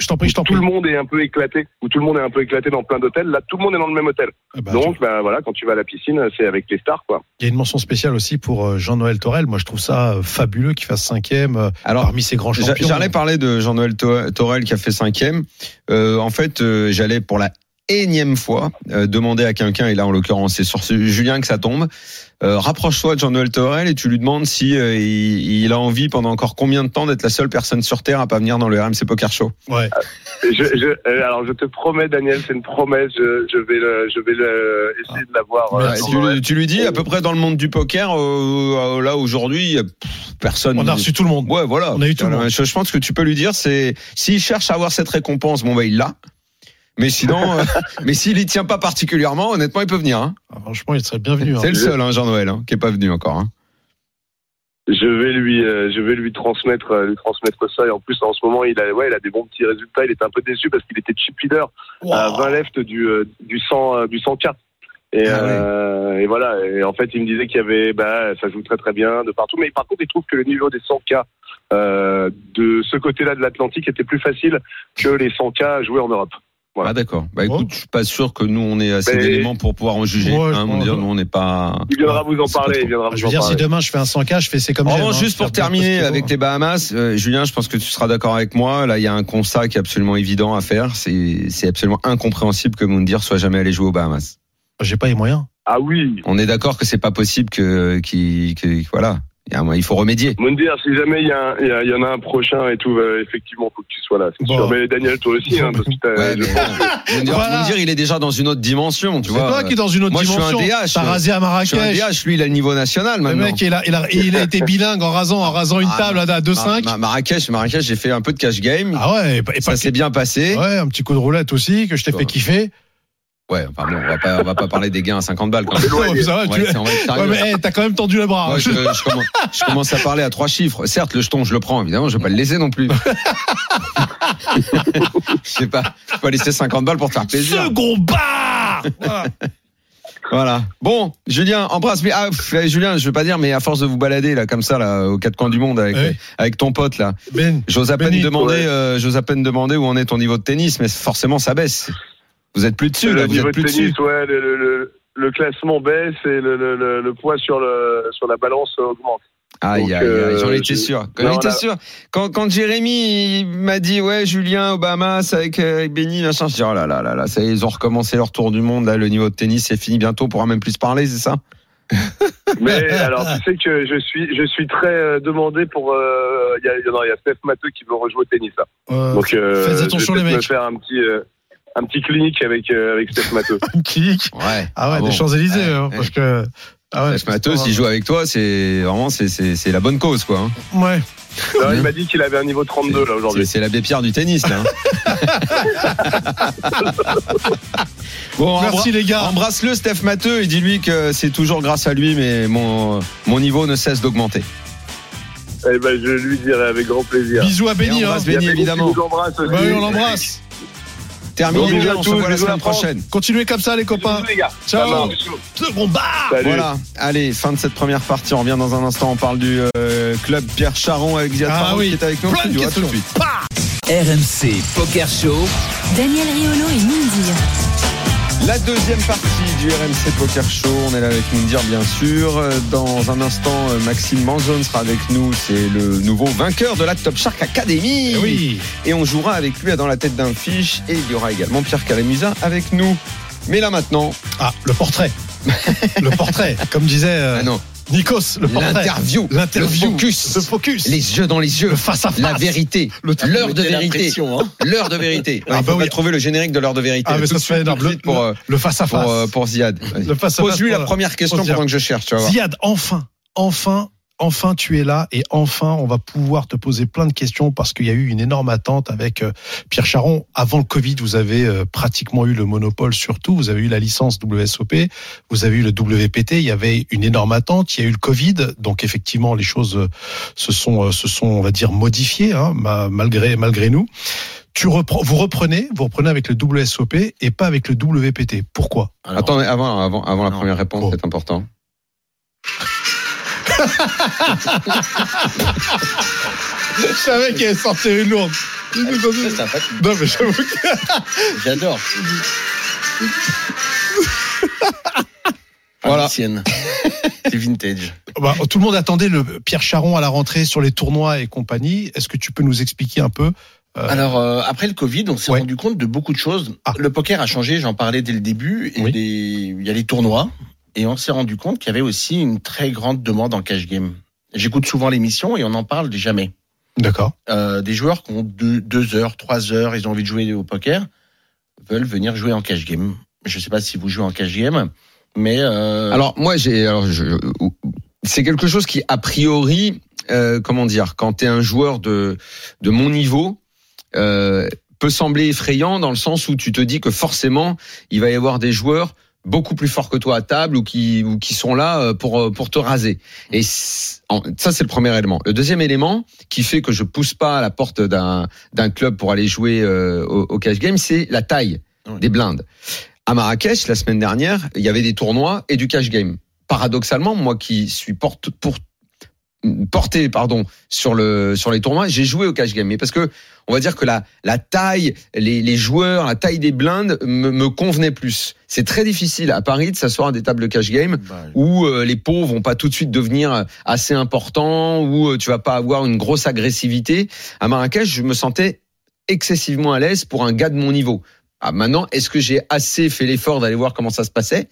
Speaker 6: Je t'en prie, je t'en
Speaker 8: tout
Speaker 6: prie.
Speaker 8: le monde est un peu éclaté, où tout le monde est un peu éclaté dans plein d'hôtels. Là, tout le monde est dans le même hôtel.
Speaker 6: Ah bah,
Speaker 8: Donc, ben voilà, quand tu vas à la piscine, c'est avec les stars, quoi.
Speaker 6: Il y a une mention spéciale aussi pour euh, Jean-Noël Torel. Moi, je trouve ça euh, fabuleux qu'il fasse cinquième euh,
Speaker 5: Alors,
Speaker 6: parmi ses grands
Speaker 5: J'a-
Speaker 6: champions.
Speaker 5: J'allais parler de Jean-Noël To- Torel qui a fait cinquième. Euh, en fait, euh, j'allais pour la énième fois euh, demander à quelqu'un, et là en l'occurrence c'est sur ce- Julien que ça tombe, euh, rapproche-toi de Jean-Noël Torel et tu lui demandes si euh, il, il a envie pendant encore combien de temps d'être la seule personne sur Terre à pas venir dans le RMC Poker Show.
Speaker 6: Ouais.
Speaker 8: Et Je, je, euh, alors, je te promets, Daniel, c'est une promesse. Je, je vais, le, je vais le,
Speaker 6: Ah.
Speaker 8: essayer de l'avoir. euh,
Speaker 5: Et
Speaker 8: dans
Speaker 5: tu,
Speaker 8: Noël.
Speaker 5: lui- tu lui dis à peu près dans le monde du poker, euh, euh, là aujourd'hui, euh, pff, personne.
Speaker 6: On a reçu tout le monde.
Speaker 5: Ouais, voilà.
Speaker 6: On a eu tout le monde.
Speaker 5: Je, je pense que tu peux lui dire, c'est s'il cherche à avoir cette récompense, bon bah il l'a. Mais sinon, euh, mais s'il y tient pas particulièrement, honnêtement, il peut venir. hein.
Speaker 6: Ah, Franchement, il serait bienvenu. hein.
Speaker 5: C'est le seul, hein, Jean-Noël, hein, qui est pas venu encore. hein.
Speaker 8: Je vais lui, euh, je vais lui transmettre, euh, lui transmettre ça. Et en plus, en ce moment, il a, ouais, il a des bons petits résultats. Il était un peu déçu parce qu'il était chip leader
Speaker 5: Oh. Ah,
Speaker 8: à 20 left du, euh, du 100, euh, du 104. Et,
Speaker 5: Ah ouais.
Speaker 8: euh, et voilà. Et en fait, il me disait qu'il y avait, bah, ça joue très très bien de partout. Mais par contre, il trouve que le niveau des 100K euh, de ce côté-là de l'Atlantique était plus facile que les 100K joués en Europe. Voilà.
Speaker 5: Ah d'accord. Bah
Speaker 6: Bon.
Speaker 5: écoute, je suis pas sûr que nous on ait assez
Speaker 8: Mais-
Speaker 5: d'éléments pour pouvoir en juger.
Speaker 6: Ouais, je
Speaker 5: hein,
Speaker 6: pense.
Speaker 5: on dit, nous on n'est pas.
Speaker 8: Il viendra vous en
Speaker 5: c'est pas
Speaker 8: parler.
Speaker 5: trop.
Speaker 8: Il viendra
Speaker 6: Ah,
Speaker 8: vous
Speaker 6: Je veux
Speaker 8: en
Speaker 6: dire, si
Speaker 8: parler.
Speaker 6: demain je fais un 100K, je fais c'est comme
Speaker 5: En
Speaker 6: j'aime,
Speaker 5: revanche,
Speaker 6: hein.
Speaker 5: juste pour
Speaker 6: Faire bien
Speaker 5: terminer
Speaker 6: parce que-
Speaker 5: avec les Bahamas, euh, Julien, je pense que tu seras d'accord avec moi. Là, il y a un constat qui est absolument évident à faire. C'est c'est absolument incompréhensible que Moundir soit jamais allé jouer aux Bahamas.
Speaker 6: J'ai pas les moyens.
Speaker 8: Ah oui.
Speaker 5: On est d'accord que c'est pas possible que, qui, que- voilà, il y a un moyen- il faut remédier.
Speaker 8: Moundir, si jamais il y, a un- il y a- il y en a un prochain et tout, euh, effectivement, faut que tu sois là. c'est
Speaker 6: Bon.
Speaker 8: sûr. Mais Daniel, toi aussi, hein, parce que t'as-
Speaker 5: Ouais, mais
Speaker 8: je-
Speaker 5: bon, Moundir-
Speaker 6: Voilà.
Speaker 5: Moundir, il est déjà dans une autre dimension, tu
Speaker 6: C'est
Speaker 5: vois.
Speaker 6: toi qui est dans une autre
Speaker 5: moi, je suis un
Speaker 6: dimension.
Speaker 5: DH, euh,
Speaker 6: T'as rasé à
Speaker 5: je suis un
Speaker 6: Marrakech.
Speaker 5: DH, lui, il a le niveau national
Speaker 6: Le
Speaker 5: maintenant.
Speaker 6: mec, il a, il a, il a été bilingue en rasant, en rasant une
Speaker 5: Ah,
Speaker 6: table à
Speaker 5: Ma-
Speaker 6: 2-5.
Speaker 5: Ma- Marrakech, Marrakech, j'ai fait un peu de cash game.
Speaker 6: Ah ouais, et pas, et
Speaker 5: ça
Speaker 6: pas
Speaker 5: s'est bien passé. Ouais,
Speaker 6: Ouais, un petit coup de roulette aussi, que je t'ai
Speaker 5: Ouais.
Speaker 6: fait kiffer.
Speaker 5: enfin bon, on va pas, on va pas parler des gains à 50 balles. Quand même.
Speaker 6: Ouais, ça va,
Speaker 5: On va
Speaker 6: tu-
Speaker 5: être- on va être sérieux.
Speaker 6: Ouais, mais eh, hey, t'as quand même tendu le bras.
Speaker 5: Moi, je, je commence, je commence à parler à trois chiffres. Certes, le jeton, je le prends, évidemment, je vais pas le laisser non plus. Je vais pas, je vais pas laisser 50 balles pour te faire plaisir.
Speaker 6: Second bar Voilà.
Speaker 5: Voilà. Bon, Julien, embrasse. Mais, ah, pff, eh, Julien, je veux pas dire, mais à force de vous balader, là, comme ça, là, aux quatre coins du monde, avec, euh,
Speaker 6: Ouais.
Speaker 5: avec ton pote, là,
Speaker 6: Ben,
Speaker 5: j'ose à peine
Speaker 6: Benny,
Speaker 5: demander,
Speaker 8: ouais.
Speaker 5: euh, j'ose à peine demander où en est ton niveau de tennis, mais forcément, ça baisse. Vous êtes plus dessus, là,
Speaker 8: le
Speaker 5: vous
Speaker 8: niveau
Speaker 5: êtes
Speaker 8: de
Speaker 5: plus dessus.
Speaker 8: tennis, ouais, le, le- le- le classement baisse et le, le- le- le poids sur, le, sur la balance augmente.
Speaker 5: Aïe,
Speaker 8: Donc,
Speaker 5: aïe, aïe, j'en
Speaker 8: euh,
Speaker 5: étais
Speaker 8: je-
Speaker 5: sûr.
Speaker 8: Non,
Speaker 5: J'en étais
Speaker 8: là-
Speaker 5: sûr. Quand, quand Jérémy il m'a dit, ouais, Julien, Obama, c'est avec, euh, avec Benny, machin, je dis, oh là là là là, ça y est, ils ont recommencé leur tour du monde, là, le niveau de tennis, c'est fini bientôt, on pourra même plus se parler, c'est ça?
Speaker 8: Mais alors, tu sais que je suis, je suis très euh, demandé pour. euh, Il y, a- il y en a- il y a Steph Matteux qui veut rejouer au tennis. Là.
Speaker 6: euh,
Speaker 8: Donc, euh,
Speaker 6: faites
Speaker 8: je vais
Speaker 6: attention,
Speaker 8: peut-être
Speaker 6: les
Speaker 8: me
Speaker 6: mecs.
Speaker 8: faire un petit, euh, un petit clinique avec, euh, avec Steph Matteux.
Speaker 6: kick.
Speaker 5: Ouais.
Speaker 6: Ah ouais,
Speaker 5: bon.
Speaker 6: des Champs-Élysées,
Speaker 5: Ouais,
Speaker 6: hein,
Speaker 5: ouais.
Speaker 6: parce que. Ah ouais,
Speaker 5: Parce que Matteux, s'il joue avec toi, c'est vraiment, c'est, c'est, c'est la bonne cause, quoi. hein.
Speaker 6: Ouais.
Speaker 8: Non, il m'a dit qu'il avait un niveau 32 là
Speaker 5: C'est,
Speaker 8: aujourd'hui.
Speaker 5: c'est l'abbé Pierre du tennis, là. hein. bon, embra-
Speaker 6: Merci les gars.
Speaker 5: embrasse-le, Steph Matteux, et dis-lui que c'est toujours grâce à lui, mais mon, mon niveau ne cesse d'augmenter.
Speaker 8: Eh ben, je lui dirai avec grand plaisir.
Speaker 6: Bisous à Benny.
Speaker 5: Et on
Speaker 6: Hein.
Speaker 5: embrasse
Speaker 8: Il y a
Speaker 5: Benny,
Speaker 8: Pépé qui
Speaker 5: évidemment.
Speaker 8: vous embrasse aussi.
Speaker 6: Bah oui, on l'embrasse.
Speaker 5: Terminé,
Speaker 8: Bon,
Speaker 5: les
Speaker 8: bisous
Speaker 5: gars,
Speaker 8: à
Speaker 5: on se
Speaker 8: tous,
Speaker 5: voit la
Speaker 8: bisous à
Speaker 5: semaine
Speaker 8: la France.
Speaker 5: prochaine.
Speaker 6: Continuez comme ça, les copains.
Speaker 8: Bisous, les gars.
Speaker 6: Ciao.
Speaker 8: Ça marche.
Speaker 6: Second bar
Speaker 8: Salut.
Speaker 5: Voilà, allez, fin de cette première partie. On revient dans un instant. On parle du euh, club Pierre Charon avec Ziad
Speaker 6: Ah
Speaker 5: Farou
Speaker 6: oui.
Speaker 5: qui est avec nous. en
Speaker 6: Plein de
Speaker 5: studio. À tout de
Speaker 6: questions.
Speaker 5: suite.
Speaker 4: RMC Poker Show.
Speaker 3: Daniel Riolo et Mindir.
Speaker 5: La deuxième partie du RMC Poker Show. On est là avec Moundir, bien sûr. Euh, Dans un instant, euh, Maxime Manzone sera avec nous. C'est le nouveau vainqueur de la Top Shark Academy.
Speaker 6: Eh Oui.
Speaker 5: Et on jouera avec lui à Dans la tête d'un fiche. Et il y aura également Pierre Calamusa avec nous. Mais là maintenant,
Speaker 6: Ah, le portrait. le portrait. Comme disait euh,
Speaker 5: ah non,
Speaker 6: Nikos, le portrait.
Speaker 5: l'interview,
Speaker 6: L'interview.
Speaker 5: le focus,
Speaker 6: Le focus.
Speaker 5: les yeux dans les yeux,
Speaker 6: Le face à face.
Speaker 5: la vérité,
Speaker 6: Le temps
Speaker 5: l'heure de
Speaker 7: Mettez la
Speaker 5: vérité.
Speaker 7: pression, hein.
Speaker 5: L'heure de vérité.
Speaker 6: Ah
Speaker 5: il
Speaker 6: bah
Speaker 5: faut
Speaker 6: oui.
Speaker 5: pas trouver le générique de l'heure de vérité.
Speaker 6: Ah, mais
Speaker 5: Tout
Speaker 6: ça
Speaker 5: de
Speaker 6: se fait
Speaker 5: suite,
Speaker 6: énorme.
Speaker 5: tout de
Speaker 6: Le,
Speaker 5: suite pour, euh,
Speaker 6: le- le face à
Speaker 5: pour,
Speaker 6: face.
Speaker 5: euh, pour Ziad.
Speaker 6: le face à face.
Speaker 5: Pose-lui la euh,
Speaker 6: voilà.
Speaker 5: première question
Speaker 6: Pour Ziad.
Speaker 5: pendant que je cherche, tu vas voir.
Speaker 6: Ziad, enfin, enfin, Enfin, tu es là et enfin, on va pouvoir te poser plein de questions parce qu'il y a eu une énorme attente avec euh, Pierre Charon. Avant le Covid, vous avez euh, pratiquement eu le monopole sur tout. Vous avez eu la licence WSOP, vous avez eu le WPT. Il y avait une énorme attente. Il y a eu le Covid, donc effectivement, les choses euh, se sont, euh, se sont, on va dire, modifiées hein, ma- malgré malgré nous. Tu repre- vous reprenez, vous reprenez avec le WSOP et pas avec le WPT. Pourquoi
Speaker 7: Alors,
Speaker 5: Attends, mais avant, avant, avant la première réponse,
Speaker 6: Oh.
Speaker 5: c'est important.
Speaker 6: Je savais qu'elle sortait une lourde.
Speaker 7: Ah, c'est sympathique.
Speaker 6: Non, mais j'avoue que-
Speaker 7: J'adore.
Speaker 5: Voilà.
Speaker 7: voilà. C'est vintage.
Speaker 6: Bah, tout le monde attendait le Pierre Charon à la rentrée sur les tournois et compagnie. Est-ce que tu peux nous expliquer un peu Euh,
Speaker 7: Alors, euh, après le Covid, on s'est
Speaker 6: Ouais.
Speaker 7: rendu compte de beaucoup de choses.
Speaker 6: Ah.
Speaker 7: Le poker a changé, j'en parlais dès le début. Et
Speaker 6: Oui.
Speaker 7: les- Il y a les tournois. Et on s'est rendu compte qu'il y avait aussi une très grande demande en cash game. J'écoute souvent l'émission et on n'en parle jamais.
Speaker 6: D'accord.
Speaker 7: Euh, des joueurs qui ont deux, deux heures, trois heures, ils ont envie de jouer au poker, veulent venir jouer en cash game. Je sais pas si vous jouez en cash game, mais euh,
Speaker 5: Alors moi j'ai alors je, je- c'est quelque chose qui a priori euh, comment dire quand tu es un joueur de de mon niveau euh, peut sembler effrayant dans le sens où tu te dis que forcément il va y avoir des joueurs beaucoup plus forts que toi à table ou qui ou qui sont là euh, pour euh, pour te raser. Et c'est- en- ça c'est le premier élément. Le deuxième élément qui fait que je pousse pas à la porte d'un d'un club pour aller jouer euh, au, au cash game, c'est la taille
Speaker 7: Ouais.
Speaker 5: des blindes. À Marrakech la semaine dernière, il y avait des tournois et du cash game. Paradoxalement, moi qui suis porte pour porté pardon sur le sur les tournois, j'ai joué au cash game mais parce que on va dire que la la taille, les, les joueurs, la taille des blindes me, me convenait plus. C'est très difficile à Paris de s'asseoir à des tables de cash game
Speaker 7: bah,
Speaker 5: où euh, les pots vont pas tout de suite devenir euh, assez importants, où euh, tu vas pas avoir une grosse agressivité. À Marrakech, je me sentais excessivement à l'aise pour un gars de mon niveau. Ah, maintenant, est-ce que j'ai assez fait l'effort d'aller voir comment ça se passait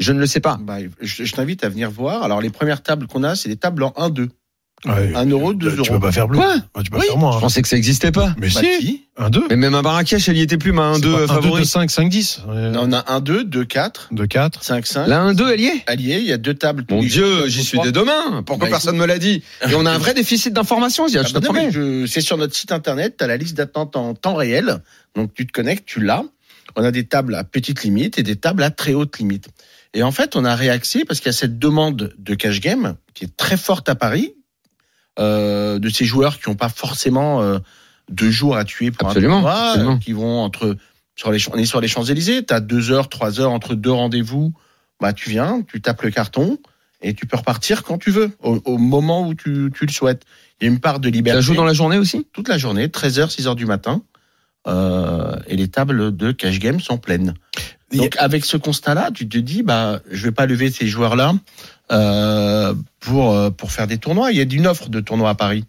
Speaker 5: Je ne le sais pas.
Speaker 7: bah, je, je t'invite à venir voir. Alors les premières tables qu'on a, c'est des tables en 1-2.
Speaker 6: Ouais. Euh,
Speaker 7: 1 euro, 2
Speaker 6: tu
Speaker 7: euros.
Speaker 6: peux pas faire bleu.
Speaker 7: Quoi
Speaker 6: Ouais, tu peux
Speaker 7: Oui.
Speaker 6: pas faire moins.
Speaker 5: Je
Speaker 6: hein.
Speaker 5: pensais que ça existait pas.
Speaker 6: Mais
Speaker 7: Bah,
Speaker 6: si,
Speaker 7: si.
Speaker 6: un 2.
Speaker 5: Mais même à Marrakech, elle y était plus, ma 1-2 favori.
Speaker 6: 5, 5, 10.
Speaker 7: Là, on a 1-2, 2-4,
Speaker 6: 2, 4.
Speaker 7: 5-5.
Speaker 5: La 1-2, elle y est
Speaker 7: Allié, il y a deux tables. tous
Speaker 5: Mon
Speaker 7: les
Speaker 5: Dieu,
Speaker 7: jours,
Speaker 5: j'y suis
Speaker 7: trois.
Speaker 5: dès demain. Pourquoi
Speaker 7: Bah,
Speaker 5: personne me l'a dit Et on a un vrai déficit d'information,
Speaker 7: Ah,
Speaker 5: Ziad, hein, je te
Speaker 7: bah, non,
Speaker 5: promets.
Speaker 7: mais je- C'est sur notre site internet, tu as la liste d'attente en temps réel. Donc tu te connectes, tu l'as. On a des tables à petite limite et des tables à très haute limite. Et en fait, on a réaxé parce qu'il y a cette demande de cash game qui est très forte à Paris, euh, de ces joueurs qui n'ont pas forcément euh, deux jours à tuer pour
Speaker 5: Absolument,
Speaker 7: un tournoi,
Speaker 5: absolument.
Speaker 7: euh, qui vont entre sur les, on est sur les Champs-Élysées, tu as deux heures, trois heures entre deux rendez-vous, bah tu viens, tu tapes le carton et tu peux repartir quand tu veux, au, au moment où tu, tu le souhaites. Il y a une part de
Speaker 5: Tu
Speaker 7: liberté
Speaker 5: la joues dans la journée aussi
Speaker 7: toute la journée, 13h, 6h du matin. euh, et les tables de cash game sont pleines. Donc avec ce constat-là, tu te dis bah je vais pas lever ces joueurs-là euh, pour euh, pour faire des tournois. Il y a une offre de tournois à Paris.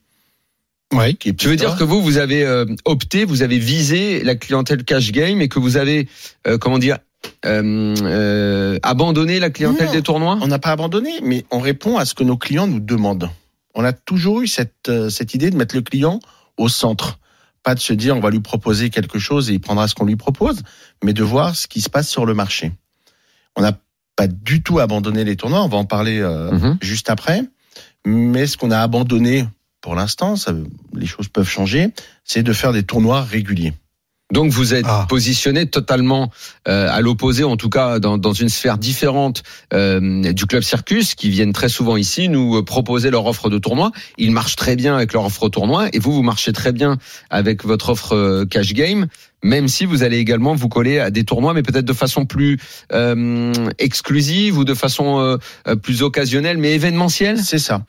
Speaker 6: Ouais.
Speaker 7: Qui est
Speaker 5: Tu veux dire que vous, vous avez euh, opté, vous avez visé la clientèle cash game et que vous avez, euh, comment dire, euh, euh, abandonné la clientèle
Speaker 7: Non.
Speaker 5: des tournois
Speaker 7: on n'a pas abandonné, mais on répond à ce que nos clients nous demandent. On a toujours eu cette euh, cette idée de mettre le client au centre, pas de se dire on va lui proposer quelque chose et il prendra ce qu'on lui propose, mais de voir ce qui se passe sur le marché. On n'a pas du tout abandonné les tournois. On va en parler euh,
Speaker 6: Mm.
Speaker 5: Mhm.
Speaker 7: juste après. Mais ce qu'on a abandonné pour l'instant, ça- les choses peuvent changer, c'est de faire des tournois réguliers.
Speaker 5: Donc vous êtes
Speaker 6: Ah.
Speaker 5: positionné totalement euh, à l'opposé, en tout cas dans, dans une sphère différente euh, du club Circus, qui viennent très souvent ici nous euh, proposer leur offre de tournoi. Ils marchent très bien avec leur offre tournoi, et vous, vous marchez très bien avec votre offre euh, cash game, même si vous allez également vous coller à des tournois, mais peut-être de façon plus euh, exclusive ou de façon euh, euh, plus occasionnelle, mais événementielle.
Speaker 7: C'est ça.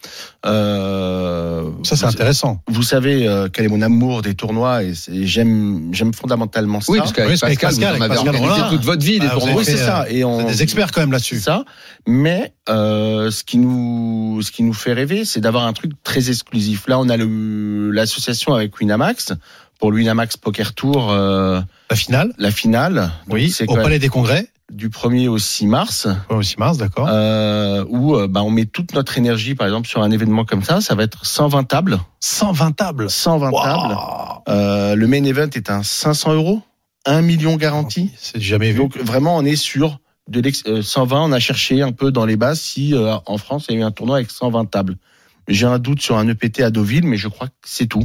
Speaker 7: Euh,
Speaker 6: Ça, c'est
Speaker 7: vous-
Speaker 6: intéressant.
Speaker 7: Vous savez euh, quel est mon amour des tournois et c'est- j'aime j'aime fondamentalement ça.
Speaker 5: Oui, parce qu'avec
Speaker 6: oui, parce
Speaker 5: Pascal,
Speaker 6: qu'avec Pascal,
Speaker 5: vous en
Speaker 6: avec
Speaker 5: avez
Speaker 6: Pascal
Speaker 5: organisé
Speaker 6: Rollin.
Speaker 5: toute votre vie des
Speaker 6: Ah, vous
Speaker 5: tournois.
Speaker 7: oui, c'est
Speaker 6: euh,
Speaker 7: ça. Et on
Speaker 6: Des experts quand même
Speaker 7: c'est
Speaker 6: là-dessus.
Speaker 7: ça. Mais euh, ce qui nous ce qui nous fait rêver, c'est d'avoir un truc très exclusif. Là, on a le- l'association avec Winamax pour le Winamax Poker Tour, euh,
Speaker 6: La finale,
Speaker 7: la finale. Donc,
Speaker 6: oui,
Speaker 7: c'est
Speaker 6: au
Speaker 7: quoi
Speaker 6: Palais des Congrès,
Speaker 7: du 1er au 6 mars.
Speaker 6: au 6 mars, d'accord.
Speaker 7: euh, où euh, bah, on met toute notre énergie, par exemple, sur un événement comme ça, ça va être 120 tables.
Speaker 6: 120 tables.
Speaker 7: 120 tables.
Speaker 6: Waouh.
Speaker 7: Euh, le main event est un 500 euros, 1 million garanti.
Speaker 6: C'est jamais vu.
Speaker 7: Donc vraiment, on est sur de l'ex- euh, 120. On a cherché un peu dans les bases si euh, en France, il y a eu un tournoi avec 120 tables. J'ai un doute sur un EPT à Deauville, mais je crois que c'est tout.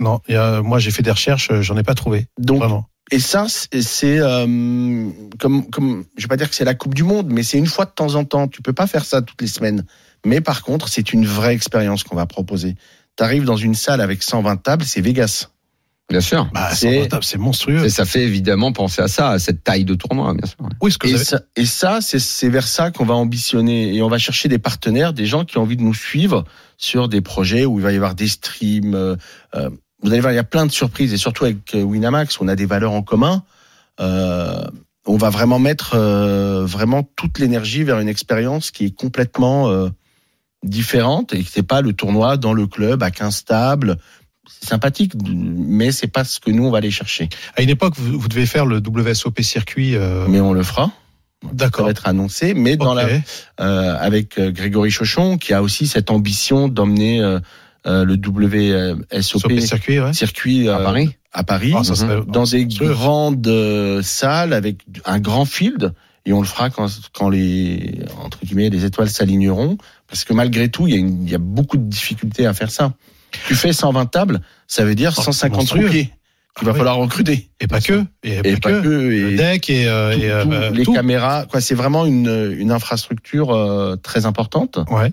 Speaker 6: Non, il y a- moi j'ai fait des recherches, euh, j'en ai pas trouvé.
Speaker 7: Donc,
Speaker 6: Vraiment.
Speaker 7: et ça, c'est- c'est euh, comme, comme, je vais pas dire que c'est la Coupe du Monde, mais c'est une fois de temps en temps. Tu peux pas faire ça toutes les semaines. Mais par contre, c'est une vraie expérience qu'on va proposer. T'arrives dans une salle avec 120 tables, c'est Vegas.
Speaker 5: Bien sûr.
Speaker 6: Bah,
Speaker 7: c'est-
Speaker 6: c'est rentable, c'est monstrueux.
Speaker 5: Et ça fait évidemment penser à ça, à cette taille de tournoi, bien sûr.
Speaker 6: Oui, ce que vous
Speaker 7: Et
Speaker 6: avez-
Speaker 7: ça, et ça, c'est- c'est vers ça qu'on va ambitionner et on va chercher des partenaires, des gens qui ont envie de nous suivre sur des projets où il va y avoir des streams. euh, euh, vous allez voir, il y a plein de surprises et surtout avec euh, Winamax, on a des valeurs en commun. Euh, on va vraiment mettre euh, vraiment toute l'énergie vers une expérience qui est complètement euh, différente et que c'est pas le tournoi dans le club à 15 tables. C'est sympathique, mais c'est pas ce que nous on va aller chercher.
Speaker 6: à une époque, vous, vous devez faire le WSOP circuit. euh,
Speaker 7: Mais on le fera, Mmh. ça
Speaker 6: D'accord.
Speaker 7: va être annoncé. Mais dans
Speaker 6: Ok.
Speaker 7: la euh, avec euh, Grégory Chauchon, qui a aussi cette ambition d'emmener euh, euh, le WSOP
Speaker 6: SOP circuit, ouais.
Speaker 7: circuit euh,
Speaker 5: À Paris
Speaker 7: à Paris,
Speaker 6: Ah, ça serait-
Speaker 7: dans des
Speaker 6: Sûr.
Speaker 7: grandes euh, salles avec un grand field. Et on le fera quand, quand les entre guillemets les étoiles s'aligneront, parce que malgré tout, il y, a une- il y a beaucoup de difficultés à faire ça. Tu fais 120 tables, ça veut dire
Speaker 6: Oh,
Speaker 7: 150
Speaker 6: monstrueux.
Speaker 7: roupiers qu'il va
Speaker 6: Ah oui.
Speaker 7: falloir recruter.
Speaker 6: Et pas que. Et,
Speaker 7: Et
Speaker 6: pas
Speaker 7: pas
Speaker 6: que.
Speaker 7: que.
Speaker 6: Le
Speaker 7: Et
Speaker 6: deck et, euh,
Speaker 7: tout-
Speaker 6: et, euh,
Speaker 7: tout,
Speaker 6: bah,
Speaker 7: les
Speaker 6: tout.
Speaker 7: caméras, quoi, c'est vraiment une, une infrastructure euh, très importante.
Speaker 6: Ouais.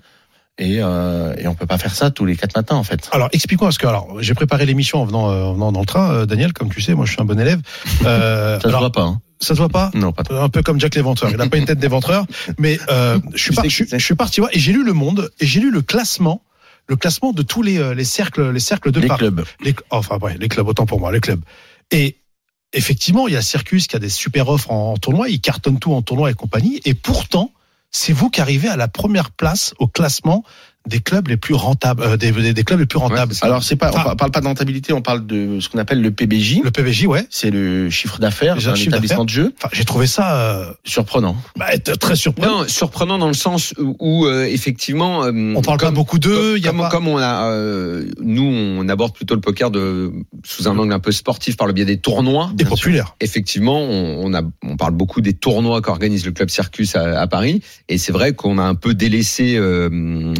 Speaker 7: Et, euh, et on peut pas faire ça tous les quatre matins en fait.
Speaker 6: Alors, explique-moi, parce que alors, j'ai préparé l'émission en venant, euh, en venant dans le train, euh, Daniel, comme tu sais, moi je suis un bon élève. Euh,
Speaker 7: Ça se
Speaker 6: alors,
Speaker 7: voit pas. hein.
Speaker 6: ça te voit pas
Speaker 7: Non, pas trop.
Speaker 6: un peu comme Jack l'éventreur. Il n'a pas une tête d'éventreur, mais euh, je suis
Speaker 7: Je sais
Speaker 6: par-
Speaker 7: qui
Speaker 6: je suis-
Speaker 7: c'est.
Speaker 6: je suis parti voir et j'ai lu le Monde et j'ai lu le classement, le classement de tous les, euh, les cercles, les cercles de
Speaker 7: les
Speaker 6: Paris.
Speaker 7: clubs.
Speaker 6: Les cl- enfin ouais, les clubs autant pour moi, les clubs. Et effectivement, il y a Circus qui a des super offres en, en tournoi, ils cartonnent tout en tournoi et compagnie. Et pourtant, c'est vous qui arrivez à la première place au classement des clubs les plus rentables, euh, des, des- des clubs les plus rentables.
Speaker 5: c'est ça.
Speaker 7: Alors c'est pas,
Speaker 6: Enfin-
Speaker 7: on par- parle pas de rentabilité, on parle de ce qu'on appelle le PBJ.
Speaker 6: le PVJ, ouais.
Speaker 7: C'est le chiffre d'affaires
Speaker 6: Déjà,
Speaker 7: d'un
Speaker 6: le chiffre
Speaker 7: établissement de jeu.
Speaker 6: Enfin, j'ai trouvé ça euh,
Speaker 7: Surprenant.
Speaker 6: bah, être très surprenant.
Speaker 5: Non, surprenant dans le sens où, où, euh, effectivement, euh,
Speaker 6: On parle
Speaker 5: comme-
Speaker 6: pas beaucoup d'eux.
Speaker 5: Comme,
Speaker 6: il y a pas-
Speaker 5: comme on a, euh, nous, on aborde plutôt le poker de sous un angle un peu sportif par le biais des tournois.
Speaker 6: des populaires.
Speaker 5: Effectivement, on, on a, on parle beaucoup des tournois qu'organise le club Circus à, à Paris, et c'est vrai qu'on a un peu délaissé euh,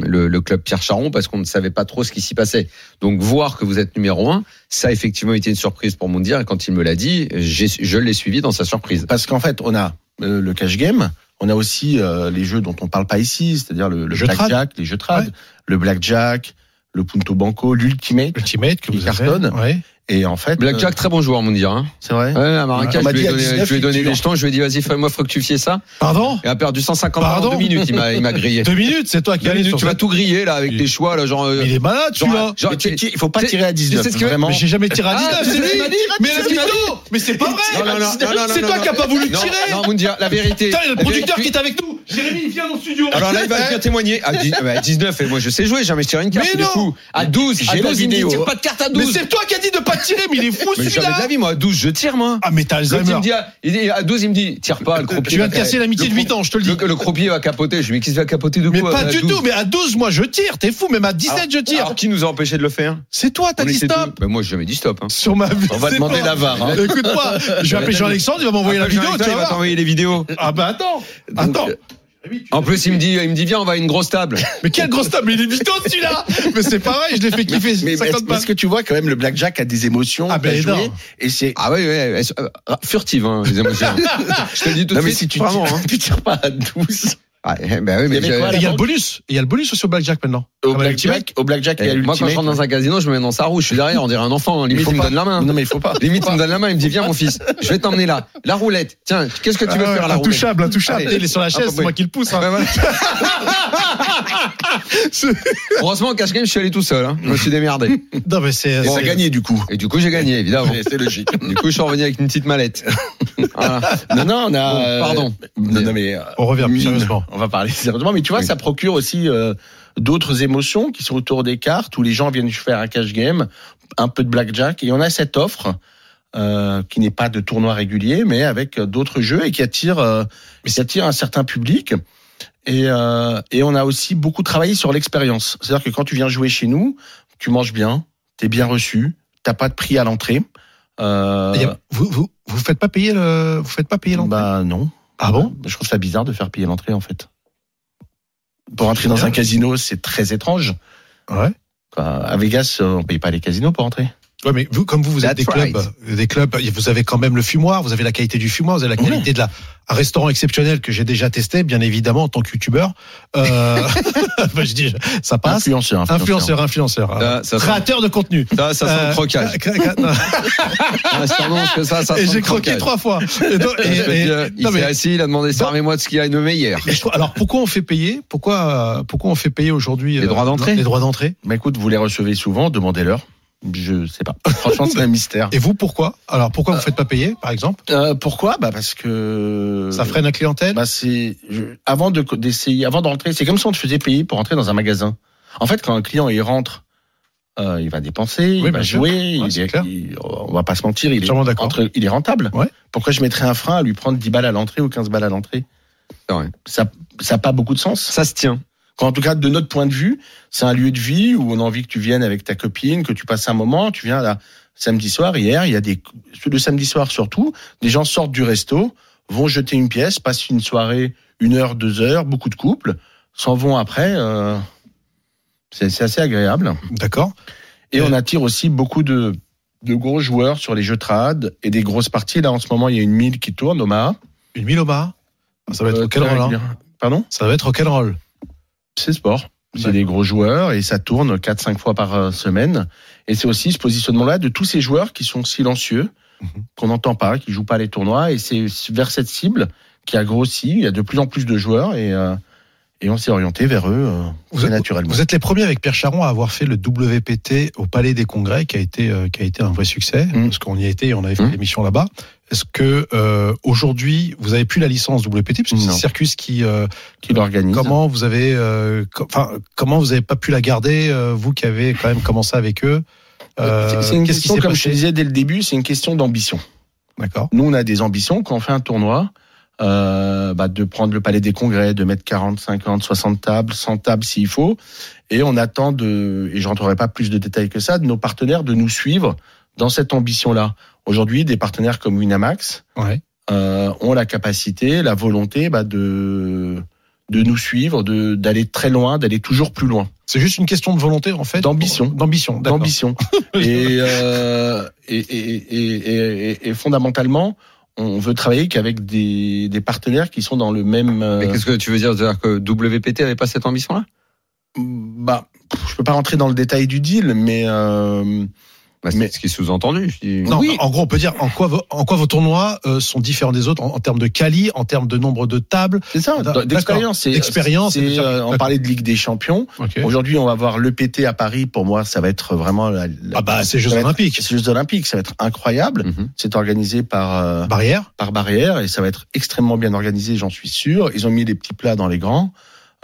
Speaker 5: le, le club Pierre Charon parce qu'on ne savait pas trop ce qui s'y passait. Donc voir que vous êtes numéro un, ça a effectivement été une surprise pour Mondir. Et quand il me l'a dit, j'ai- je l'ai suivi dans sa surprise.
Speaker 7: Parce qu'en fait, on a euh, le cash game, on a aussi euh, les jeux dont on parle pas ici, c'est-à-dire le, le
Speaker 6: jeu trad.
Speaker 7: blackjack, les jeux trad,
Speaker 6: Ouais.
Speaker 7: le blackjack, le punto banco, l'ultimate.
Speaker 6: Ultimate que
Speaker 7: Il
Speaker 6: vous avez.
Speaker 7: cartonne.
Speaker 6: Ouais.
Speaker 7: Et en fait,
Speaker 5: Blackjack, très bon joueur, Mondir. Hein.
Speaker 7: euh, c'est vrai.
Speaker 5: Ouais, à Marrakech,
Speaker 7: On m'a
Speaker 5: je lui
Speaker 7: dit
Speaker 5: ai donné,
Speaker 7: à 19,
Speaker 5: je lui ai
Speaker 7: il
Speaker 5: donné
Speaker 7: dure.
Speaker 5: des jetons, je lui ai dit, vas-y, fais-moi fructufier ça.
Speaker 6: Pardon
Speaker 5: Il a perdu 150 balles en
Speaker 6: Pardon
Speaker 5: deux minutes, il m'a il m'a grillé.
Speaker 6: Deux minutes, c'est toi qui
Speaker 5: Deux
Speaker 6: as les
Speaker 5: minutes, tu vas tout griller, là, avec
Speaker 6: Il-
Speaker 5: les choix, là, genre. euh,
Speaker 6: Il est malade,
Speaker 5: genre,
Speaker 6: celui-là.
Speaker 5: genre,
Speaker 7: Mais tu-
Speaker 5: tu-
Speaker 7: tu- il faut pas
Speaker 5: tu sais-
Speaker 7: tirer à 19.
Speaker 5: tu sais ce que-
Speaker 7: vraiment.
Speaker 6: Mais j'ai jamais tiré à 19,
Speaker 5: Ah,
Speaker 6: c'est
Speaker 5: c'est
Speaker 6: lui
Speaker 5: lui
Speaker 6: Mais la
Speaker 5: C'est lui.
Speaker 6: vidéo Mais c'est pas
Speaker 5: Non, non,
Speaker 6: vrai
Speaker 5: non, non, non,
Speaker 6: C'est
Speaker 5: non,
Speaker 6: toi
Speaker 5: non,
Speaker 6: qui as pas voulu
Speaker 5: non,
Speaker 6: tirer
Speaker 5: Non, Moundir, la vérité.
Speaker 6: Putain, il y a le
Speaker 5: la
Speaker 6: producteur qui
Speaker 5: vérité-
Speaker 6: est avec nous eh Jérémy, viens dans le studio Eh,
Speaker 5: Alors là, il va bien témoigner. À, dix- euh, à 19, et moi, je sais jouer, jamais je tire une carte.
Speaker 6: Mais
Speaker 5: il est
Speaker 6: non.
Speaker 5: fou. À 12, à
Speaker 7: J'ai la
Speaker 5: 12, il me dit,
Speaker 7: vidéo.
Speaker 5: tire pas de carte à
Speaker 6: Mais
Speaker 5: 12.
Speaker 6: c'est toi qui as dit de pas tirer, mais il est fou
Speaker 5: Mais jamais de la
Speaker 6: celui-là
Speaker 5: vie, moi, à 12, je tire, moi.
Speaker 6: Ah mais t'as
Speaker 5: L'autre, il me
Speaker 6: Alzheimer
Speaker 5: dit, à- il dit- à 12, il me dit, tire pas, le croupier.
Speaker 6: Tu viens
Speaker 5: va
Speaker 6: de casser
Speaker 5: ca-
Speaker 6: l'amitié
Speaker 5: le
Speaker 6: de 8 ans, je te le
Speaker 5: croupier-
Speaker 6: dis
Speaker 5: Le, le croupier va capoter. Je lui dis, mais qu'est-ce qu'il va capoter de
Speaker 6: mais
Speaker 5: quoi
Speaker 6: pas
Speaker 5: à
Speaker 6: du
Speaker 5: 12?
Speaker 6: tout, mais à 12 moi je tire, t'es fou, même à 17 je tire.
Speaker 5: Alors, qui nous a empêché de le faire
Speaker 6: C'est toi, t'as
Speaker 5: On
Speaker 6: dit
Speaker 5: était
Speaker 6: stop
Speaker 5: deux. Ben, moi, j'ai jamais dit stop. hein.
Speaker 6: sur ma vie.
Speaker 7: On va
Speaker 6: c'est
Speaker 7: demander
Speaker 6: toi.
Speaker 7: la VAR, hein.
Speaker 6: Écoute-moi, je vais appeler Jean-Alexandre, il va m'envoyer la
Speaker 5: Après,
Speaker 6: vidéo,
Speaker 5: Jean-Alexandre, il
Speaker 6: tu vas
Speaker 5: va
Speaker 6: voir.
Speaker 5: t'envoyer les vidéos.
Speaker 6: Ah bah attends, attends.
Speaker 5: En plus, il me dit, il me dit, viens, on va à une grosse table.
Speaker 6: Mais quel gros stop, mais il est mytho celui-là Mais c'est pareil, je l'ai fait kiffer,
Speaker 7: Mais est-ce
Speaker 6: 50 balles.
Speaker 7: est-ce que tu vois quand même le blackjack a des émotions
Speaker 6: Ah, ben
Speaker 7: t'as joué,
Speaker 6: énorme.
Speaker 7: et c'est
Speaker 5: Ah oui, oui, elles sont, euh, furtives, hein, les émotions. Je te le dis tout de
Speaker 7: non mais
Speaker 5: suite.
Speaker 7: si tu
Speaker 5: vraiment,
Speaker 7: tires,
Speaker 5: hein.
Speaker 7: tu tires pas à 12
Speaker 5: Ah, eh ben oui, mais
Speaker 7: Il y avait
Speaker 5: j'ai-
Speaker 7: quoi,
Speaker 6: Et il y a le bonus, Et il y a le bonus aussi au blackjack maintenant. Ah,
Speaker 7: au
Speaker 6: bah,
Speaker 7: blackjack, au blackjack et à
Speaker 5: eh, Moi, quand je
Speaker 7: l'ultimate.
Speaker 5: rentre dans un casino, je me mets dans sa roue. Je suis derrière, on dirait un enfant. hein.
Speaker 7: Mais
Speaker 5: Limite,
Speaker 7: faut
Speaker 5: il me
Speaker 7: pas.
Speaker 5: donne la main.
Speaker 7: Non mais il faut pas.
Speaker 5: Limite, il me donne la main. Il me dit, viens, mon fils, je vais t'emmener là. La roulette. Tiens, qu'est-ce que tu veux
Speaker 6: Ah ouais,
Speaker 5: faire à la roulette
Speaker 6: Intouchable, intouchable.
Speaker 5: Allez.
Speaker 6: Il est sur la
Speaker 7: bah,
Speaker 6: chaise,
Speaker 5: Ah,
Speaker 6: c'est moi
Speaker 5: oui.
Speaker 6: qui le pousse. hein.
Speaker 5: Ouais, voilà. Heureusement, au cash game, je suis allé tout seul. hein. Je me suis démerdé.
Speaker 6: Non, mais c'est.
Speaker 5: Bon,
Speaker 6: c'est-
Speaker 5: on a gagné,
Speaker 7: du coup.
Speaker 5: Et du coup, j'ai gagné, évidemment.
Speaker 7: C'est logique.
Speaker 5: Du coup, je suis revenu avec une petite mallette. Voilà.
Speaker 7: Non non, on a
Speaker 5: Bon,
Speaker 7: euh,
Speaker 5: pardon.
Speaker 7: Non, non, mais euh,
Speaker 6: On revient plus
Speaker 7: mine.
Speaker 6: sérieusement.
Speaker 7: On va parler sérieusement mais tu vois
Speaker 5: Oui.
Speaker 7: ça procure aussi euh, d'autres émotions qui sont autour des cartes où les gens viennent faire un cash game, un peu de blackjack et on a cette offre euh, qui n'est pas de tournoi régulier mais avec euh, d'autres jeux et qui attire euh, mais ça attire un certain public. Et, euh, et on a aussi beaucoup travaillé sur l'expérience. C'est-à-dire que quand tu viens jouer chez nous, tu manges bien, t'es bien reçu, t'as pas de prix à l'entrée. Euh,
Speaker 6: Il y a- Vous, vous, vous faites pas payer le, vous faites pas payer l'entrée.
Speaker 7: bah non.
Speaker 6: ah bon
Speaker 7: Je trouve ça bizarre de faire payer l'entrée en fait. Pour entrer dans un casino, c'est très étrange.
Speaker 6: Ouais.
Speaker 7: Quoi, À Vegas, euh, on paye pas les casinos pour entrer.
Speaker 6: Ouais, mais vous, comme vous, vous êtes
Speaker 5: That's
Speaker 6: des clubs, des clubs, vous avez quand même le fumoir, vous avez la qualité du fumoir, vous avez la qualité de la, un restaurant exceptionnel que j'ai déjà testé, bien évidemment, en tant que youtubeur. Euh, bah, je dis, ça passe.
Speaker 7: Influenceur,
Speaker 6: Influenceur, influenceur.
Speaker 5: Ça, Ah, ça sent-
Speaker 6: Créateur de contenu.
Speaker 5: Ça, ça sent
Speaker 6: Euh,
Speaker 5: le croquage.
Speaker 6: cré- cré- non.
Speaker 5: Ah, sûrement que ça, ça
Speaker 6: et
Speaker 5: sent le
Speaker 6: j'ai croqué
Speaker 5: croquage.
Speaker 6: trois fois. Et donc-
Speaker 5: Je
Speaker 6: et-
Speaker 5: veux
Speaker 6: et-
Speaker 5: dire, il
Speaker 6: non, mais-
Speaker 5: s'est assis, il a demandé
Speaker 7: Bah-
Speaker 5: servez-moi de ce qu'il y a de meilleur.
Speaker 6: mais je trouve- alors pourquoi on fait payer Pourquoi euh, pourquoi on fait payer aujourd'hui
Speaker 5: Les
Speaker 6: euh,
Speaker 5: droits d'entrée
Speaker 6: Les droits d'entrée.
Speaker 7: Mais écoute, vous les recevez souvent, demandez-leur. Je sais pas. Franchement, c'est un mystère.
Speaker 6: Et vous pourquoi Alors pourquoi
Speaker 5: Euh,
Speaker 6: vous faites pas payer, par exemple
Speaker 7: Euh, pourquoi Bah parce que
Speaker 5: euh,
Speaker 6: Ça freine la clientèle.
Speaker 7: Bah c'est je- avant de co- d'essayer, avant d'entrer, c'est comme si on te faisait payer pour entrer dans un magasin. En fait, quand un client il rentre, euh, il va dépenser,
Speaker 6: Oui,
Speaker 7: il va
Speaker 6: bien sûr.
Speaker 7: jouer,
Speaker 6: Ouais,
Speaker 7: il,
Speaker 6: c'est
Speaker 7: est-
Speaker 6: clair.
Speaker 7: il- on va pas se mentir, il est,
Speaker 6: Entièrement d'accord.
Speaker 7: entre- il est rentable.
Speaker 6: Ouais.
Speaker 7: Pourquoi je mettrais un frein à lui prendre 10 balles à l'entrée ou 15 balles à l'entrée
Speaker 5: C'est vrai.
Speaker 7: Ça ça a pas beaucoup de sens.
Speaker 5: Ça se tient.
Speaker 7: Quand, en tout cas, de notre point de vue, c'est un lieu de vie où on a envie que tu viennes avec ta copine, que tu passes un moment. Tu viens là samedi soir. Hier, il y a des le samedi soir surtout, des gens sortent du resto, vont jeter une pièce, passent une soirée, une heure, deux heures, beaucoup de couples, s'en vont après. euh, c'est c'est assez agréable.
Speaker 6: D'accord.
Speaker 7: Et
Speaker 6: Ouais.
Speaker 7: on attire aussi beaucoup de, de gros joueurs sur les jeux trad et des grosses parties. Là, en ce moment, il y a une mille qui tourne, Omaha.
Speaker 6: Une mille au bar. Ça va être
Speaker 7: Euh,
Speaker 6: au quel
Speaker 7: très
Speaker 6: rôle hein
Speaker 7: régulière. Pardon
Speaker 6: Ça va être quel rôle
Speaker 7: C'est sport. C'est
Speaker 6: D'accord.
Speaker 7: des gros joueurs et ça tourne 4-5 fois par euh, semaine. Et c'est aussi ce positionnement-là de tous ces joueurs qui sont silencieux,
Speaker 6: Mhm.
Speaker 7: qu'on n'entend pas, qui jouent pas les tournois. Et c'est vers cette cible qui a grossi. Il y a de plus en plus de joueurs et, euh, et on s'est orienté vers eux euh,
Speaker 6: Vous
Speaker 7: très
Speaker 6: êtes-
Speaker 7: naturellement.
Speaker 6: Vous êtes les premiers avec Pierre Charon à avoir fait le WPT au Palais des Congrès, qui a été euh, qui a été un vrai succès
Speaker 7: Mm.
Speaker 6: parce qu'on y était, on avait fait
Speaker 7: Mm.
Speaker 6: l'émission là-bas. Est-ce que euh, aujourd'hui vous avez plus la licence WPT puisque c'est
Speaker 7: Non.
Speaker 6: Circus qui euh,
Speaker 7: qui l'organisent.
Speaker 6: comment vous avez euh, co- enfin comment vous avez pas pu la garder euh, vous qui avez quand même commencé avec eux euh,
Speaker 7: C'est- c'est une
Speaker 6: qu'est-ce qui
Speaker 7: question,
Speaker 6: s'est
Speaker 7: comme je te
Speaker 6: passé
Speaker 7: disais dès le début, c'est une question d'ambition.
Speaker 6: D'accord.
Speaker 7: Nous, on a des ambitions quand on fait un tournoi, euh, bah, de prendre le palais des congrès, de mettre 40, 50, 60 tables, 100 tables s'il faut. Et on attend de, et je rentrerai pas plus de détails que ça, de nos partenaires de nous suivre dans cette ambition-là. Aujourd'hui, des partenaires comme Winamax
Speaker 6: Ouais.
Speaker 7: euh, ont la capacité, la volonté bah, de, de nous suivre, de- d'aller très loin, d'aller toujours plus loin.
Speaker 6: C'est juste une question de volonté en fait.
Speaker 7: D'ambition.
Speaker 6: D'ambition. d'accord.
Speaker 7: d'ambition. et, euh, et, et, et, et- et fondamentalement, on veut travailler qu'avec des, des partenaires qui sont dans le même. euh,
Speaker 5: Mais qu'est-ce que tu veux dire C'est-à-dire que WPT avait pas cette ambition-là
Speaker 7: bah, pff, je peux pas rentrer dans le détail du deal, mais euh,
Speaker 5: bah, C'est
Speaker 7: Mais-
Speaker 5: ce qui est sous-entendu. Je dis-
Speaker 6: Non, en gros, on peut dire en quoi vos, en quoi vos tournois euh, sont différents des autres en, en termes de quali, en termes de nombre de tables.
Speaker 7: c'est ça,
Speaker 6: D'accord.
Speaker 7: d'expérience. c'est-
Speaker 6: D'expérience,
Speaker 7: c'est,
Speaker 6: c'est-
Speaker 7: euh, on parlait de Ligue des Champions. Aujourd'hui, on va voir l'EPT à Paris. Pour moi, ça va être vraiment. La, la-
Speaker 6: Ah bah, c'est Jeux
Speaker 7: ça va être-
Speaker 6: Olympiques.
Speaker 7: C'est Jeux Olympiques, ça va être incroyable.
Speaker 5: Mhm.
Speaker 7: C'est organisé par. euh,
Speaker 6: Barrière.
Speaker 7: par barrière et ça va être extrêmement bien organisé, j'en suis sûr. Ils ont mis les petits plats dans les grands.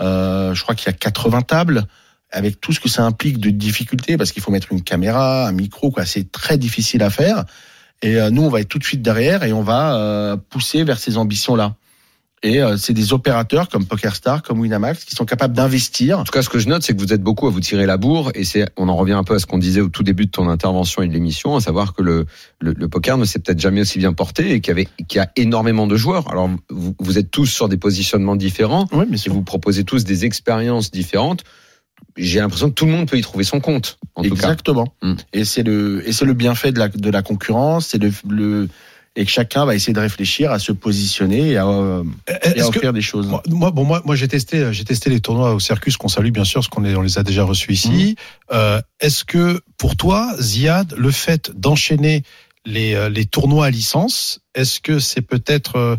Speaker 7: Euh, je crois qu'il y a 80 tables avec tout ce que ça implique de difficultés parce qu'il faut mettre une caméra, un micro, quoi. C'est très difficile à faire. Et euh, nous, on va être tout de suite derrière et on va euh, pousser vers ces ambitions-là. Et euh, c'est des opérateurs comme PokerStar, comme Winamax, qui sont capables d'investir.
Speaker 5: En tout cas, ce que je note, c'est que vous êtes beaucoup à vous tirer la bourre, et c'est, on en revient un peu à ce qu'on disait au tout début de ton intervention et de l'émission, à savoir que le, le, le poker ne s'est peut-être jamais aussi bien porté et qu'il y avait, qu'il y a énormément de joueurs. Alors, vous, vous êtes tous sur des positionnements différents,
Speaker 7: Oui, mais
Speaker 5: et vous proposez tous des expériences différentes. J'ai l'impression que tout le monde peut y trouver son compte, en tout cas.
Speaker 7: Exactement.
Speaker 5: Mm.
Speaker 7: Et c'est le et c'est le bienfait de la de la concurrence, c'est le, le et que chacun va essayer de réfléchir à se positionner et à, euh, et à
Speaker 6: Est-ce que
Speaker 7: offrir des choses.
Speaker 6: moi, moi, bon, moi, moi j'ai testé, euh, j'ai testé les tournois au Circus qu'on salue bien sûr, parce qu'on les, on les a déjà reçus ici. Euh, Est-ce que pour toi, Ziad, le fait d'enchaîner les, euh, les tournois à licence, est-ce que c'est peut-être euh,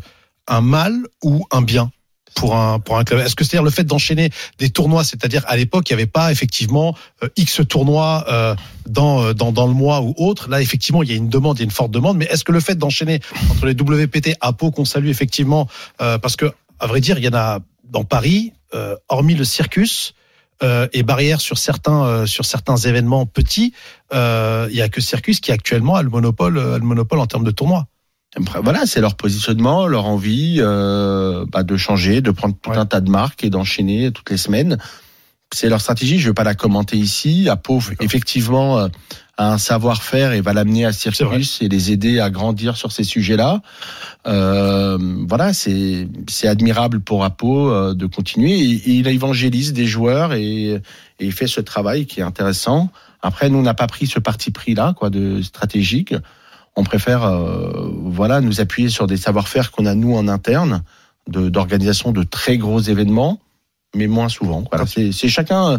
Speaker 6: un mal ou un bien pour un pour un club Est-ce que c'est-à-dire le fait d'enchaîner des tournois, c'est-à-dire à l'époque il n'y avait pas effectivement euh, x tournois euh, dans euh, dans dans le mois ou autre. Là effectivement il y a une demande, il y a une forte demande. Mais est-ce que le fait d'enchaîner entre les WPT, APO qu'on salue effectivement euh, parce que à vrai dire il y en a dans Paris, euh, hormis le circus. euh, et barrières sur certains euh, sur certains événements petits, euh, il y a que Circus qui actuellement a le monopole euh, a le monopole en termes de tournois.
Speaker 7: Après, Voilà, c'est leur positionnement, leur envie euh, bah, de changer, de prendre tout
Speaker 6: Ouais.
Speaker 7: un tas de marques et d'enchaîner toutes les semaines. C'est leur stratégie. Je ne vais pas la commenter ici. À pauvre, effectivement, euh, a un savoir-faire et va l'amener à Circus et les aider à grandir sur ces sujets-là. Euh, voilà, c'est c'est admirable pour Apo euh, de continuer. Et, et il évangélise des joueurs et, et il fait ce travail qui est intéressant. Après, nous, on n'a pas pris ce parti pris là, quoi, de stratégique. On préfère, euh, voilà, nous appuyer sur des savoir-faire qu'on a nous en interne, de- d'organisation de, très gros événements, mais moins souvent. Voilà, c'est c'est chacun, euh,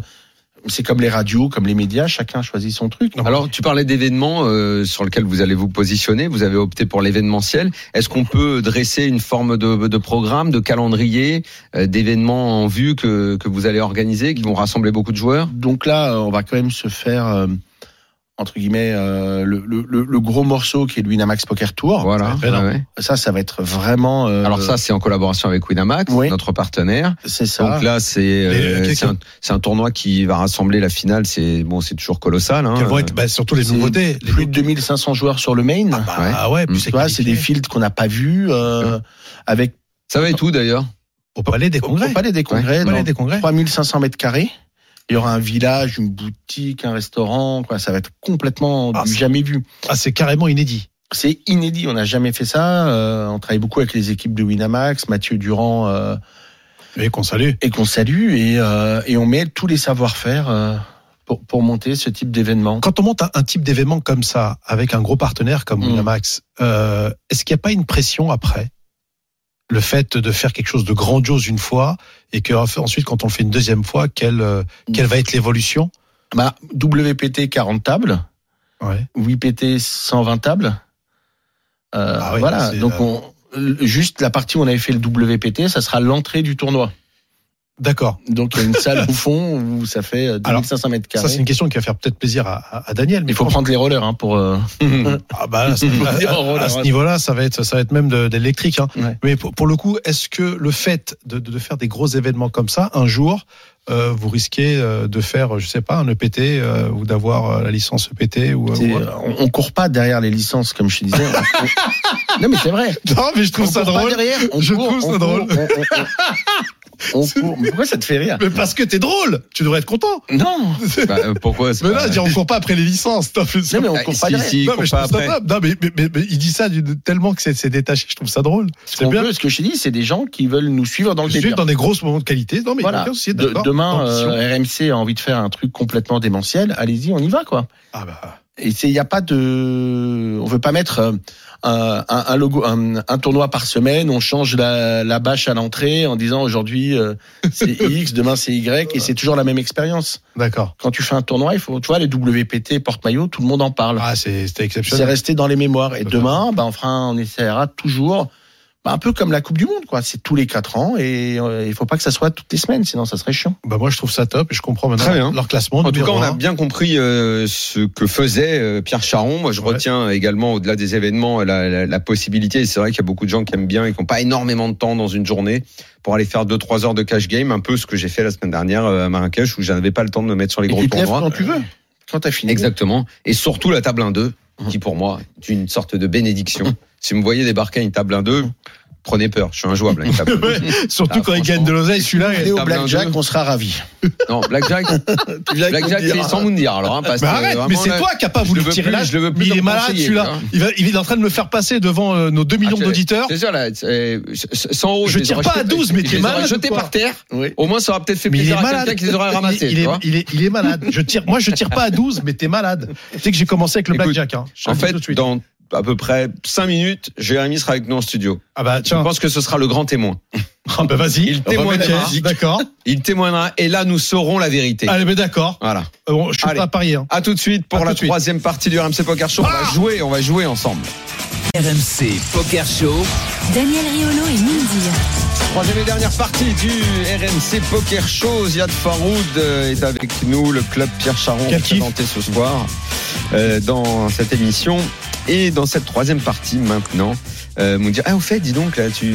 Speaker 7: c'est comme les radios, comme les médias, chacun choisit son
Speaker 6: Ah
Speaker 7: truc. non
Speaker 5: Alors, tu parlais d'événements euh, sur lesquels vous allez vous positionner. Vous avez opté pour l'événementiel. Est-ce qu'on peut dresser une forme de, de programme, de calendrier, euh, d'événements en vue que, que vous allez organiser, qui vont rassembler beaucoup de joueurs
Speaker 7: Donc là, euh, on va quand même se faire euh, entre guillemets euh, le, le- le- le gros morceau qui est l'Winamax Poker Tour.
Speaker 5: Voilà.
Speaker 6: Oh, très bien.
Speaker 5: Ouais, ouais.
Speaker 7: Ça, ça va être vraiment. euh,
Speaker 5: Alors ça, c'est en collaboration avec Winamax,
Speaker 7: Oui.
Speaker 5: notre partenaire.
Speaker 7: c'est ça.
Speaker 5: Donc là, c'est euh,
Speaker 6: Les-
Speaker 5: c'est un, c'est un tournoi qui va rassembler la finale. C'est bon, c'est toujours colossal. Hein.
Speaker 6: Quelles vont être, bah, surtout les
Speaker 7: Ah, c'est
Speaker 6: nouveautés. les
Speaker 7: plus de 2500 joueurs sur le main.
Speaker 6: Bah,
Speaker 5: Ouais.
Speaker 6: Ah ouais, puis
Speaker 5: Mm.
Speaker 7: tu vois, c'est des
Speaker 6: qualifié
Speaker 7: fields qu'on n'a pas vus euh, avec
Speaker 5: Ça va être où d'ailleurs
Speaker 6: au palais des
Speaker 7: au
Speaker 6: congrès.
Speaker 7: palais des congrès,
Speaker 6: Au
Speaker 7: dans
Speaker 6: palais des congrès.
Speaker 7: 3500 mètres carrés. Il y aura un village, une boutique, un restaurant. Quoi. Ça va être complètement
Speaker 6: Ah,
Speaker 7: du
Speaker 6: c'est-
Speaker 7: jamais vu.
Speaker 6: Ah, c'est carrément inédit.
Speaker 7: C'est inédit, on n'a jamais fait ça. Euh, on travaille beaucoup avec les équipes de Winamax, Mathieu Durand euh,
Speaker 6: Et qu'on salue.
Speaker 7: et qu'on salue et, euh, et on met tous les savoir-faire euh, pour, pour monter ce type d'événement.
Speaker 6: Quand on monte un, un type d'événement comme ça, avec un gros partenaire comme
Speaker 7: Mm.
Speaker 6: Winamax, euh, est-ce qu'il n'y a pas une pression après Le fait de faire quelque chose de grandiose une fois, et que enf- ensuite, quand on le fait une deuxième fois, quelle, euh,
Speaker 7: Mm.
Speaker 6: quelle va être l'évolution
Speaker 7: Bah, WPT 40 tables,
Speaker 6: ouais.
Speaker 7: WPT 120 tables. Euh,
Speaker 6: Ah oui,
Speaker 7: voilà,
Speaker 6: c'est,
Speaker 7: donc
Speaker 6: euh,
Speaker 7: on, juste la partie où on avait fait le WPT, ça sera l'entrée du tournoi.
Speaker 6: D'accord.
Speaker 7: Donc il y a une salle au fond où ça fait euh,
Speaker 6: Alors,
Speaker 7: 2500 mètres
Speaker 6: Ça, c'est
Speaker 7: carrés.
Speaker 6: une question qui va faire peut-être plaisir à, à- à Daniel. Mais
Speaker 7: Il faut
Speaker 6: quand-
Speaker 7: prendre les rollers hein, pour... euh,
Speaker 6: Ah bah, là, ça- à,
Speaker 7: dire en
Speaker 6: à-
Speaker 7: roller,
Speaker 6: à ce
Speaker 7: ouais.
Speaker 6: niveau-là, ça va être, ça va être même de, de l'électrique. hein.
Speaker 7: Ouais.
Speaker 6: Mais pour, pour le coup, est-ce que le fait de, de- de faire des gros événements comme ça, un jour, euh, vous risquez euh, de faire, je sais pas, un EPT euh, ou d'avoir euh, la licence EPT ou, euh,
Speaker 7: C'est-
Speaker 6: ou-
Speaker 7: on, on court pas derrière les licences, comme je te disais. On- on- non, mais c'est vrai.
Speaker 6: Non, mais je trouve
Speaker 7: euh, on
Speaker 6: ça
Speaker 7: court pas
Speaker 6: drôle.
Speaker 7: derrière, on
Speaker 6: Je
Speaker 7: court,
Speaker 6: trouve ça
Speaker 7: on court,
Speaker 6: drôle.
Speaker 7: on- on- on- on court. Mais pourquoi ça te fait rire
Speaker 6: Mais parce que t'es drôle, tu devrais être content.
Speaker 7: Non.
Speaker 5: Bah, euh, Pourquoi c'est
Speaker 6: Mais
Speaker 5: pas-
Speaker 6: là, dire on court pas après les licences. Non, mais,
Speaker 7: Non, mais on
Speaker 5: Ah,
Speaker 7: court
Speaker 5: si,
Speaker 7: pas derrière.
Speaker 5: si,
Speaker 6: non,
Speaker 5: court
Speaker 6: mais je
Speaker 5: pas
Speaker 6: trouve ça
Speaker 5: après.
Speaker 6: dingue. Non, mais- mais- mais- mais il dit ça d'une- tellement que c'est c'est détaché. Je trouve ça drôle.
Speaker 7: Ce
Speaker 6: C'est
Speaker 7: qu'on
Speaker 6: bien.
Speaker 7: veut, ce que je te dis, c'est des gens qui veulent nous suivre dans le
Speaker 6: Je suis
Speaker 7: délire.
Speaker 6: dans des grosses moments de qualité. Non, mais il y a
Speaker 7: Voilà.
Speaker 6: aucun souci,
Speaker 7: De-
Speaker 6: d'accord.
Speaker 7: demain,
Speaker 6: Ambition.
Speaker 7: euh, RMC a envie de faire un truc complètement démentiel. Allez-y, on y va, quoi.
Speaker 6: Ah bah,
Speaker 7: Et c'est, il n'y a pas de, on veut pas mettre euh, un, un- un logo, un, un tournoi par semaine. On change la, la bâche à l'entrée en disant aujourd'hui euh, c'est X, demain c'est Y, et c'est toujours la même expérience.
Speaker 6: d'accord.
Speaker 7: Quand tu fais un tournoi, il faut, tu vois, les WPT, porte-maillot, tout le monde en parle.
Speaker 6: Ah, c'est- c'était
Speaker 7: c'est
Speaker 6: exceptionnel.
Speaker 7: resté dans les mémoires. Et
Speaker 6: Tout à
Speaker 7: demain, bah, on fera, un- on essaiera toujours. bah, un peu comme la Coupe du Monde, quoi. C'est tous les quatre ans et euh, il faut pas que ça soit toutes les semaines, sinon ça serait chiant.
Speaker 6: Bah moi je trouve ça top et je comprends maintenant
Speaker 5: Très bien.
Speaker 6: leur classement.
Speaker 5: En tout cas,
Speaker 6: numéro
Speaker 5: on a
Speaker 6: un.
Speaker 5: bien compris euh, ce que faisait euh, Pierre Charon. Moi, je
Speaker 6: Ouais.
Speaker 5: retiens également, au-delà des événements, la, la- la possibilité. Et c'est vrai qu'il y a beaucoup de gens qui aiment bien et qui n'ont pas énormément de temps dans une journée pour aller faire 2-3 heures de cash game, un peu ce que j'ai fait la semaine dernière euh, à Marrakech, où je n'avais pas le temps de me mettre sur les
Speaker 7: Et
Speaker 5: gros
Speaker 7: tu te lèves quand
Speaker 5: tournois.
Speaker 7: tu veux, quand t'as fini.
Speaker 5: Exactement. Et surtout la table 1-2, qui pour moi est une sorte de bénédiction. si vous me voyez débarquer à une table 1-2, prenez peur, je suis injouable à une table 1-2.
Speaker 6: Surtout
Speaker 5: Ah,
Speaker 6: quand ils
Speaker 5: franchement.
Speaker 6: gagnent de l'oseille, celui-là.
Speaker 7: Et
Speaker 6: est-
Speaker 7: au
Speaker 5: Table un,
Speaker 7: blackjack,
Speaker 5: deux.
Speaker 7: on sera ravis.
Speaker 5: Non, Blackjack, Blackjack c'est sans Moundir. Alors, hein, parce
Speaker 6: Mais
Speaker 5: que
Speaker 6: arrête, mais
Speaker 5: vraiment,
Speaker 6: c'est
Speaker 5: là,
Speaker 6: toi qui n'as pas
Speaker 5: je
Speaker 6: voulu
Speaker 5: le veux
Speaker 6: tirer
Speaker 5: plus,
Speaker 6: là.
Speaker 5: je le veux plus
Speaker 6: mais il
Speaker 5: dans
Speaker 6: est
Speaker 5: mon
Speaker 6: malade
Speaker 5: conseiller,
Speaker 6: celui-là.
Speaker 5: hein.
Speaker 6: Il, va- il est en train de me faire passer devant euh, nos 2 millions
Speaker 5: Ah, tu-
Speaker 6: d'auditeurs.
Speaker 5: C'est sûr, là, c'est- c'est- 100 euros.
Speaker 6: Je
Speaker 5: les
Speaker 6: tire
Speaker 5: aurais
Speaker 6: pas à
Speaker 5: jetés-
Speaker 6: 12, mais
Speaker 5: je
Speaker 6: t'es
Speaker 5: les aurais
Speaker 6: malade
Speaker 5: jetés
Speaker 6: ou quoi
Speaker 5: par terre.
Speaker 7: Oui.
Speaker 5: Au moins, ça aura peut-être fait
Speaker 6: Mais il
Speaker 5: plaisir
Speaker 6: est
Speaker 5: à
Speaker 6: malade.
Speaker 5: quelqu'un qui les aurait ramassés.
Speaker 6: il,
Speaker 5: tu
Speaker 6: est,
Speaker 5: vois.
Speaker 6: il est- il est malade. Je tire, moi, je tire pas à 12, mais t'es malade. Tu sais que j'ai commencé avec le
Speaker 5: Écoute,
Speaker 6: blackjack. Hein. Je te
Speaker 5: En
Speaker 6: le dis
Speaker 5: fait,
Speaker 6: tout de suite.
Speaker 5: dans à peu près 5 minutes, Jérémy sera avec nous en studio.
Speaker 6: ah bah
Speaker 5: Je
Speaker 6: tiens,
Speaker 5: pense que ce sera le grand témoin.
Speaker 6: Ah bah, vas-y.
Speaker 5: il témoigne
Speaker 6: Remettez,
Speaker 5: la musique.
Speaker 6: D'accord.
Speaker 5: Il témoignera et là, nous saurons la vérité.
Speaker 6: Allez, mais d'accord.
Speaker 5: Voilà.
Speaker 6: Euh, bon, je suis
Speaker 5: Allez.
Speaker 6: pas à parier. hein.
Speaker 5: À tout de suite
Speaker 6: À
Speaker 5: pour
Speaker 6: tout
Speaker 5: la
Speaker 6: de suite. Ah
Speaker 5: troisième partie du RMC Poker Show. On va jouer, on va jouer ensemble.
Speaker 4: RMC Poker Show.
Speaker 3: Daniel Riolo et Mindy.
Speaker 5: Troisième et dernière partie du RMC Poker Show. Ziad Faroud euh, est avec nous, le club Pierre Charon
Speaker 6: Quel kiff.
Speaker 5: présenté ce soir euh, dans cette émission. Et dans cette troisième partie maintenant, euh, m'ont dit ah au fait dis donc là tu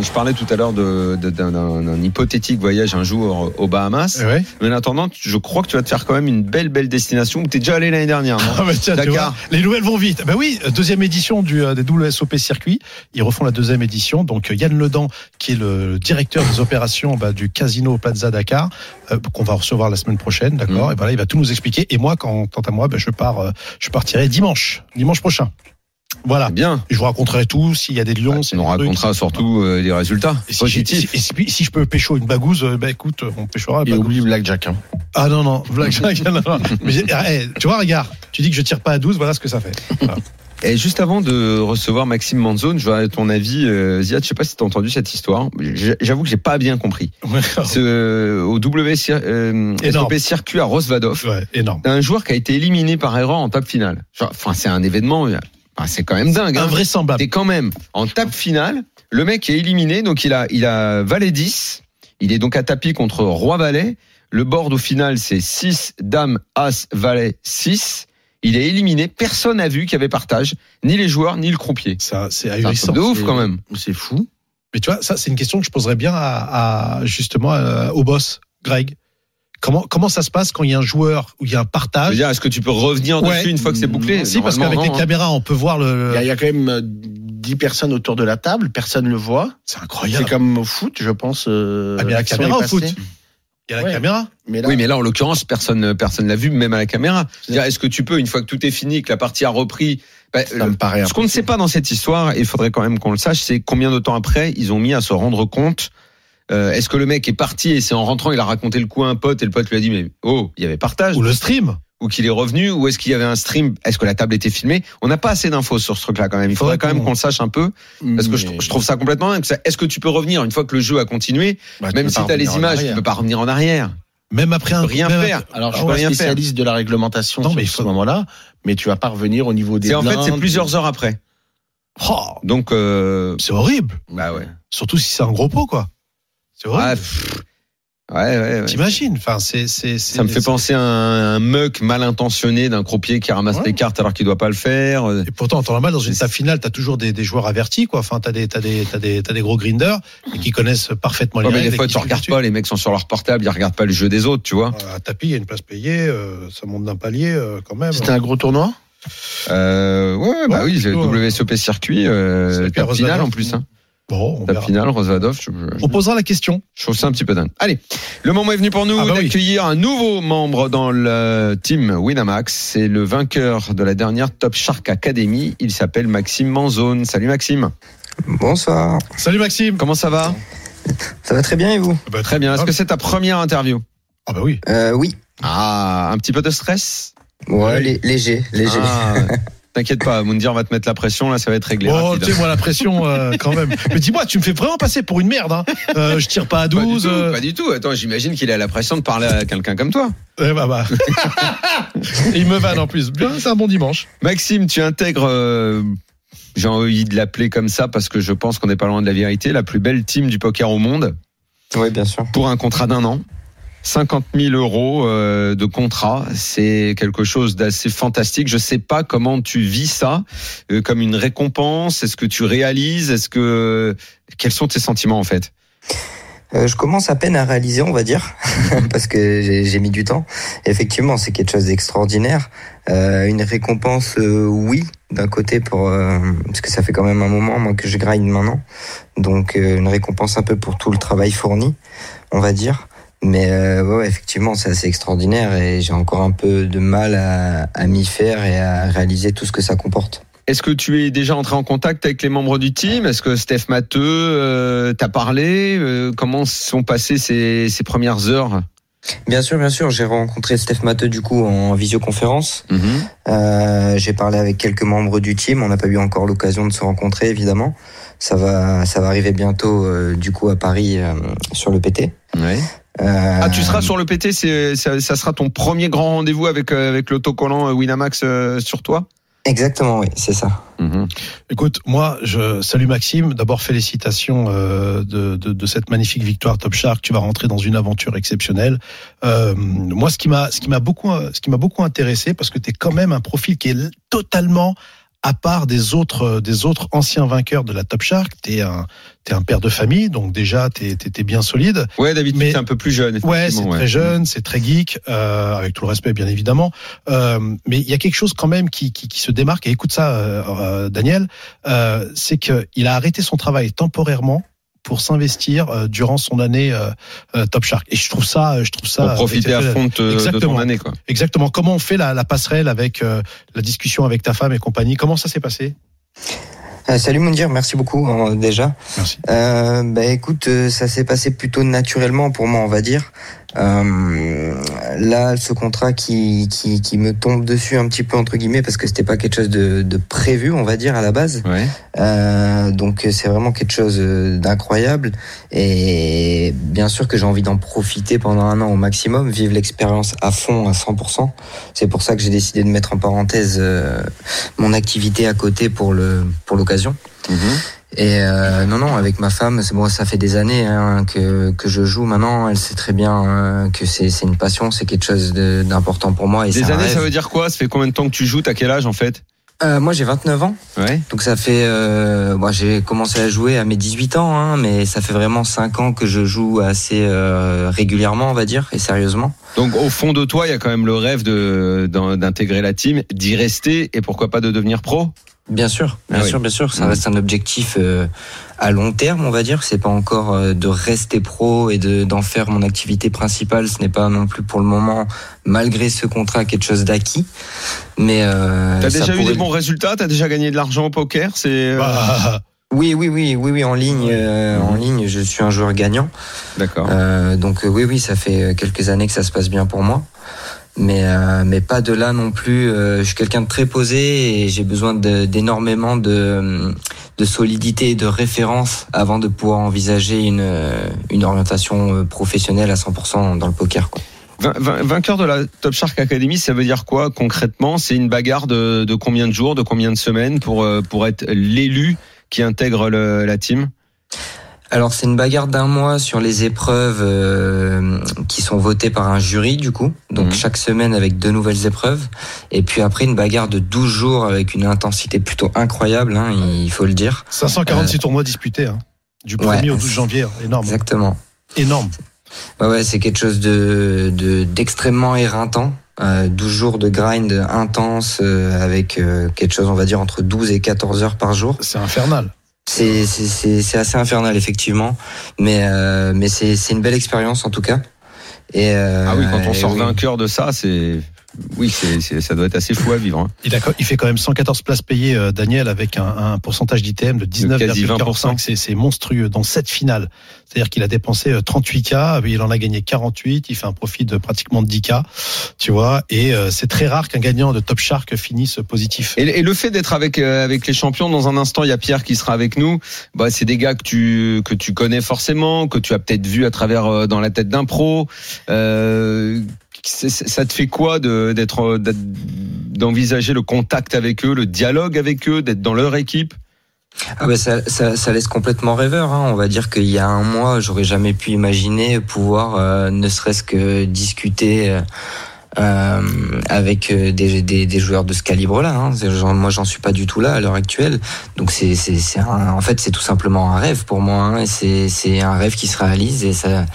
Speaker 5: je parlais tout à l'heure de- de- d'un d'un hypothétique voyage un jour aux Bahamas.
Speaker 6: Eh Ouais.
Speaker 5: Mais en attendant, tu- je crois que tu vas te faire quand même une belle belle destination où t'es déjà allé l'année dernière. non
Speaker 6: Ah bah tiens, tu
Speaker 5: Dakar.
Speaker 6: vois, les nouvelles vont vite. Ben oui, euh, deuxième édition du, euh, des WSOP Circuit. Ils refont la deuxième édition. Donc euh, Yann Ledan, qui est le directeur des opérations bah, du Casino Plaza Dakar, euh, qu'on va recevoir la semaine prochaine, d'accord
Speaker 5: Mhm.
Speaker 6: Et voilà, il va tout nous expliquer. Et moi, quand, quant à moi, ben, je pars, euh, je partirai dimanche, dimanche prochain. Voilà.
Speaker 5: C'est Eh bien.
Speaker 6: Et Je vous raconterai tout, s'il y a des lions,
Speaker 5: On
Speaker 6: s'il y a
Speaker 5: nous
Speaker 6: des trucs.
Speaker 5: racontera surtout euh, les résultats
Speaker 6: Et si, j'ai-
Speaker 5: positifs.
Speaker 6: si- et si- si je peux pécho une bagouze, euh, ben écoute, on péchera. la
Speaker 7: Et
Speaker 6: bagouze.
Speaker 7: oublie Blackjack. Hein.
Speaker 6: Ah non, non, blague, blague, non, non. Mais j'ai- eh, tu vois, regarde, tu dis que je tire pas à 12, voilà ce que ça fait. Voilà.
Speaker 5: Et juste avant de recevoir Maxime Manzone, je vois ton avis, euh, Ziad, je sais pas si tu as entendu cette histoire. J- J'avoue que j'ai pas bien compris. Ce, au W euh,
Speaker 6: Ah. Énorme.
Speaker 5: SOP circuit à Rosvadov,
Speaker 6: Ouais, énorme.
Speaker 5: t'as un joueur qui a été éliminé par erreur en table finale. Genre, Enfin, c'est un événement, euh, enfin, c'est quand même dingue. hein.
Speaker 6: Invraisemblable.
Speaker 5: T'es quand même en table finale. Le mec est éliminé, donc il a, il a valet 10. Il est donc à tapis contre roi valet. Le board au final, c'est 6, dame, as, valet, 6. Il est éliminé. Personne n'a vu qu'il y avait partage, ni les joueurs, ni le croupier.
Speaker 6: Ça, c'est
Speaker 5: C'est un truc
Speaker 6: ahurissant.
Speaker 5: de ouf
Speaker 7: c'est-
Speaker 5: quand même.
Speaker 7: C'est fou.
Speaker 6: Mais tu vois, ça, c'est une question que je poserais bien à, à, justement euh, au boss, Greg. Comment, comment ça se passe quand il y a un joueur ou il y a un
Speaker 5: Je veux
Speaker 6: partage
Speaker 5: dire, est-ce que tu peux revenir
Speaker 6: Ah, Ouais.
Speaker 5: dessus une fois que c'est bouclé
Speaker 6: Si, parce qu'avec
Speaker 5: Normalement,
Speaker 6: les
Speaker 5: non, hein.
Speaker 6: caméras, on peut voir le.
Speaker 7: Il y, a- il y a quand même euh, 10 personnes autour de la table, personne ne le voit.
Speaker 6: C'est
Speaker 7: C'est
Speaker 6: incroyable.
Speaker 7: comme au foot, je pense. euh,
Speaker 6: Ah, mais la
Speaker 7: l'action
Speaker 6: caméra
Speaker 7: est
Speaker 6: au foot.
Speaker 7: passée.
Speaker 6: Il y a la
Speaker 7: Ouais.
Speaker 6: caméra.
Speaker 7: Mais là,
Speaker 5: hein. Oui, mais là, en l'occurrence, personne personne l'a vu, même à la caméra. Je veux dire, Est-ce que tu peux, une fois que tout est fini, que la partie a repris, bah,
Speaker 7: ça me paraît.
Speaker 5: Ce qu'on ne sait pas dans cette histoire, et il faudrait quand même qu'on le sache, c'est combien de temps après ils ont mis à se rendre compte. Euh, Est-ce que le mec est parti et c'est en rentrant il a raconté le coup à un pote et le pote lui a dit mais oh il y avait partage
Speaker 6: Ou le stream.
Speaker 5: ou qu'il est revenu ou est-ce qu'il y avait un stream est-ce que la table était filmée on n'a pas assez d'infos sur ce truc là quand même il faudrait
Speaker 6: Faudrait
Speaker 5: quand même
Speaker 6: qu'on-
Speaker 5: qu'on le sache un peu parce que je, tr- je trouve ça complètement dingue. Ça- est-ce que tu peux revenir une fois que le jeu a continué même si bah, tu as les images tu peux pas revenir en Ah, arrière
Speaker 6: Même après un.
Speaker 5: rien
Speaker 6: même-
Speaker 5: faire
Speaker 7: Alors, je
Speaker 5: Tu
Speaker 7: suis
Speaker 5: peux
Speaker 7: pas
Speaker 5: rien faire.
Speaker 7: spécialiste de la réglementation
Speaker 6: Non,
Speaker 7: sur
Speaker 6: mais il
Speaker 7: ce
Speaker 6: faut-
Speaker 7: moment-là, mais tu vas pas revenir au niveau des.
Speaker 5: c'est en fait c'est
Speaker 7: blindes.
Speaker 5: plusieurs heures après
Speaker 6: Oh,
Speaker 5: donc euh,
Speaker 6: c'est horrible.
Speaker 5: bah ouais
Speaker 6: Surtout si c'est un gros pot, quoi. C'est
Speaker 5: Ah,
Speaker 6: horrible.
Speaker 5: pff. ouais ouais, ouais.
Speaker 6: T'imagines Enfin, c'est. c'est- c'est-
Speaker 5: Ça me fait penser à un, un meuc mal intentionné d'un croupier qui ramasse
Speaker 6: Ouais.
Speaker 5: les cartes alors qu'il doit pas le faire. Euh,
Speaker 6: Et pourtant, en temps normal, dans une table finale, t'as toujours des, des joueurs avertis, quoi. Enfin, t'as des, t'as des, t'as des, t'as des gros grinders et qui connaissent parfaitement les
Speaker 5: ouais, mais
Speaker 6: règles
Speaker 5: des
Speaker 6: et
Speaker 5: fois, tu
Speaker 6: qui suivent
Speaker 5: regardes
Speaker 6: dessus.
Speaker 5: pas, les mecs sont sur leur portable, ils regardent pas le jeu des autres, tu vois.
Speaker 6: Voilà, Un tapis, il y a une place payée, euh, ça monte d'un palier euh, quand même.
Speaker 7: C'était un gros tournoi
Speaker 5: Euh, ouais, ouais, bah
Speaker 6: Ouais,
Speaker 5: oui, le
Speaker 6: plutôt, euh,
Speaker 5: WSOP circuit, euh,
Speaker 6: Circuit à
Speaker 5: tape finale
Speaker 6: Rosvadov.
Speaker 5: en plus, hein.
Speaker 6: Bon, on
Speaker 5: Tape
Speaker 6: verra.
Speaker 5: finale, Rosvadov, je, je-
Speaker 6: On posera la question.
Speaker 5: je trouve ça un petit peu dingue. Allez, le moment est venu pour nous
Speaker 6: Ah bah oui.
Speaker 5: d'accueillir un nouveau membre dans le team Winamax. C'est le vainqueur de la dernière Top Shark Academy. Il s'appelle Maxime Manzone. Salut Maxime.
Speaker 9: Bonsoir.
Speaker 6: Salut Maxime.
Speaker 5: Comment ça va?
Speaker 9: Ça va très bien et vous
Speaker 5: Ah bah, Très bien. Est-ce que c'est ta première interview?
Speaker 6: Ah bah oui.
Speaker 9: euh, Oui.
Speaker 5: Ah, un petit peu de stress?
Speaker 9: Ouais, lé- léger, léger.
Speaker 5: Ah, T'inquiète pas, Moundir va te mettre la pression, là ça va être réglé.
Speaker 6: Bon,
Speaker 5: rapide.
Speaker 6: Oh, tu sais, moi, la pression euh, quand même. Mais dis-moi, tu me fais vraiment passer pour une merde. Hein. Euh, je tire pas
Speaker 5: Pas
Speaker 6: à
Speaker 5: du,
Speaker 6: 12.
Speaker 5: tout,
Speaker 6: euh,
Speaker 5: pas du tout. Attends, j'imagine qu'il a la pression de parler à quelqu'un comme toi.
Speaker 6: eh bah, bah. Et il me vanne en plus. Bien, c'est un bon dimanche.
Speaker 5: Maxime, tu intègres, euh, j'ai envie de l'appeler comme ça parce que je pense qu'on n'est pas loin de la vérité, la plus belle team du poker au monde
Speaker 9: Oui, bien sûr.
Speaker 5: pour un contrat d'un an. 50 000 euros euh, de contrat, c'est quelque chose d'assez fantastique. Je sais pas comment tu vis ça, euh, comme une récompense. Est-ce que tu réalises Est-ce que quels sont tes sentiments en fait
Speaker 9: Euh, je commence à peine à réaliser, on va dire, parce que j'ai j'ai mis du temps. Effectivement, c'est quelque chose d'extraordinaire. Euh, une récompense, euh, oui, d'un côté pour euh, parce que ça fait quand même un moment moi que je grind maintenant, donc euh, une récompense un peu pour tout le travail fourni, on va dire. Mais euh, ouais, ouais, effectivement, c'est assez extraordinaire et j'ai encore un peu de mal à, à m'y faire et à réaliser tout ce que ça comporte.
Speaker 5: Est-ce que tu es déjà entré en contact avec les membres du team Est-ce que Steph Matteux euh, t'a parlé Euh, Comment sont passées ces, ces premières heures
Speaker 9: Bien sûr, bien sûr. J'ai rencontré Steph Matteux du coup en visioconférence.
Speaker 5: Mhm.
Speaker 9: Euh, j'ai parlé avec quelques membres du team. On n'a pas eu encore l'occasion de se rencontrer, évidemment. Ça va, ça va arriver bientôt euh, du coup à Paris euh, sur le PT.
Speaker 5: Ouais.
Speaker 9: Euh,
Speaker 5: Ah, tu seras sur le PT, c'est- ça, ça sera ton premier grand rendez-vous avec, euh, avec l'autocollant euh, Winamax euh, sur toi
Speaker 9: Exactement, oui, c'est ça.
Speaker 5: Mhm.
Speaker 6: Écoute, moi, je salue Maxime. D'abord, félicitations euh, de, de, de cette magnifique victoire Top Shark. Tu vas rentrer dans une aventure exceptionnelle. Euh, moi, ce qui m'a, ce qui m'a beaucoup, euh, ce qui m'a beaucoup intéressé, parce que tu es quand même un profil qui est totalement à part des autres, des autres anciens vainqueurs de la Top Shark, t'es un, t'es un père de famille, donc déjà t'es, t'es, t'es bien solide.
Speaker 5: Ouais, d'habitude,
Speaker 6: Mais-
Speaker 5: c'est un peu plus jeune.
Speaker 6: Ouais, c'est
Speaker 5: effectivement,
Speaker 6: très jeune, c'est très geek, euh, avec tout le respect bien évidemment. Euh, mais il y a quelque chose quand même qui, qui, qui se démarque. Et écoute ça, euh, euh, Daniel, euh, c'est qu'il a arrêté son travail temporairement pour s'investir euh, durant son année euh, euh, Top Shark. Et je trouve ça, euh, je trouve ça
Speaker 5: Pour profiter à
Speaker 6: exceptionnel.
Speaker 5: fond de, te- de ton
Speaker 6: Exactement.
Speaker 5: année, quoi.
Speaker 6: Exactement. Comment on fait la, la passerelle avec euh, la discussion avec ta femme et compagnie Comment ça s'est passé
Speaker 10: Euh, salut Moundir, merci beaucoup euh, déjà.
Speaker 6: Merci.
Speaker 10: Euh, bah écoute, euh, ça s'est passé plutôt naturellement pour moi, on va dire. Euh, là, ce contrat qui, qui, qui me tombe dessus un petit peu entre guillemets parce que c'était pas quelque chose de, de prévu, on va dire à la base.
Speaker 5: Ouais.
Speaker 10: Euh, donc euh, c'est vraiment quelque chose euh, d'incroyable et bien sûr que j'ai envie d'en profiter pendant un an au maximum, vivre l'expérience à fond à 100%. C'est pour ça que j'ai décidé de mettre en parenthèse euh, mon activité à côté pour le pour l'occasion. Et euh, non, non, avec ma femme, c'est bon, ça fait des années hein, que, que je joue maintenant. Elle sait très bien euh, que c'est c'est une passion, c'est quelque chose de- d'important pour moi. Et
Speaker 5: Des
Speaker 10: c'est un
Speaker 5: années,
Speaker 10: rêve.
Speaker 5: ça veut dire quoi Ça fait combien de temps que tu joues T'as quel âge, en fait
Speaker 10: Euh, moi, j'ai 29 ans,
Speaker 5: Ouais.
Speaker 10: donc ça fait. Euh, moi, j'ai commencé à jouer à mes 18 ans, hein, mais ça fait vraiment 5 ans que je joue assez euh, régulièrement, on va dire, et sérieusement.
Speaker 5: Donc, au fond de toi, il y a quand même le rêve de- d'en- d'intégrer la team, d'y rester et pourquoi pas de devenir pro
Speaker 10: Bien sûr, bien
Speaker 5: Ah oui.
Speaker 10: sûr, bien sûr. Ça
Speaker 5: Mhm.
Speaker 10: reste un objectif euh, à long terme, on va dire. C'est pas encore euh, de rester pro et de d'en faire mon activité principale. Ce n'est pas non plus pour le moment, malgré ce contrat, quelque chose d'acquis. Mais euh,
Speaker 5: T'as
Speaker 10: ça
Speaker 5: déjà eu
Speaker 10: pourrait-
Speaker 5: des bons résultats T'as déjà gagné de l'argent au poker C'est euh,
Speaker 6: Bah,
Speaker 10: Oui, oui, oui, oui, oui. En ligne, euh,
Speaker 5: Mmh.
Speaker 10: en ligne, je suis un joueur gagnant.
Speaker 5: d'accord.
Speaker 10: Euh, donc euh, oui, oui, ça fait euh, quelques années que ça se passe bien pour moi. Mais, euh, mais pas de là non plus. Euh, je suis quelqu'un de très posé et j'ai besoin de- d'énormément de, euh, de solidité et de référence avant de pouvoir envisager une, euh, une orientation euh, professionnelle à 100% dans le poker. quoi.
Speaker 5: Vain- vain- Vainqueur de la Top Shark Academy, ça veut dire quoi concrètement C'est une bagarre de, de combien de jours, de combien de semaines pour euh, pour être l'élu qui intègre le- la team
Speaker 10: Alors c'est une bagarre d'un mois sur les épreuves euh, qui sont votées par un jury du coup, donc
Speaker 5: Mhm.
Speaker 10: chaque semaine avec deux nouvelles épreuves, et puis après une bagarre de 12 jours avec une intensité plutôt incroyable, hein, il faut le dire.
Speaker 6: 546
Speaker 5: Euh.
Speaker 6: tournois disputés, hein. du 1er
Speaker 10: ouais.
Speaker 6: au 12 janvier, hein. énorme,
Speaker 10: Exactement.
Speaker 6: énorme.
Speaker 10: Ouais, ouais, c'est quelque chose de de- d'extrêmement éreintant. Euh, 12 jours de grind intense euh, avec euh, quelque chose, on va dire, entre 12 et 14 heures par jour.
Speaker 6: C'est infernal.
Speaker 10: C'est c'est- c'est- c'est assez infernal, effectivement. Mais, euh, mais c'est c'est une belle expérience, en tout cas. Et, euh,
Speaker 5: Ah oui, quand on
Speaker 10: et
Speaker 5: sort
Speaker 10: oui.
Speaker 5: vainqueur de ça, c'est oui, c'est- c'est- ça doit être assez fou à vivre. hein.
Speaker 6: Il, a, il fait quand même 114 places payées, euh, Daniel, avec un, un pourcentage d'ITM de
Speaker 5: quasi 20%.
Speaker 6: 19,45. C'est- C'est monstrueux dans cette finale. C'est-à-dire qu'il a dépensé euh, 38K, mais il en a gagné 48, il fait un profit de pratiquement 10K, tu vois. Et euh, c'est très rare qu'un gagnant de Top Shark finisse positif.
Speaker 5: Et, et le fait d'être avec euh, avec les champions dans un instant, il y a Pierre qui sera avec nous. Bah, c'est des gars que tu que tu connais forcément, que tu as peut-être vu à travers euh, dans la tête d'un pro. Euh, c'est- c'est- ça te fait quoi de d'être euh, d'être- d'envisager le contact avec eux, le dialogue avec eux, d'être dans leur équipe
Speaker 10: Ah bah ça, ça, ça laisse complètement rêveur. hein. On va dire qu'il y a un mois, j'aurais jamais pu imaginer pouvoir euh, ne serait-ce que discuter euh, euh, avec euh, des, des, des joueurs de ce calibre-là. hein. C'est genre- Moi, j'en suis pas du tout là à l'heure actuelle. Donc, c'est, c'est, c'est un- en fait, c'est tout simplement un rêve pour moi. hein. Et c'est, c'est un rêve qui se réalise et ça.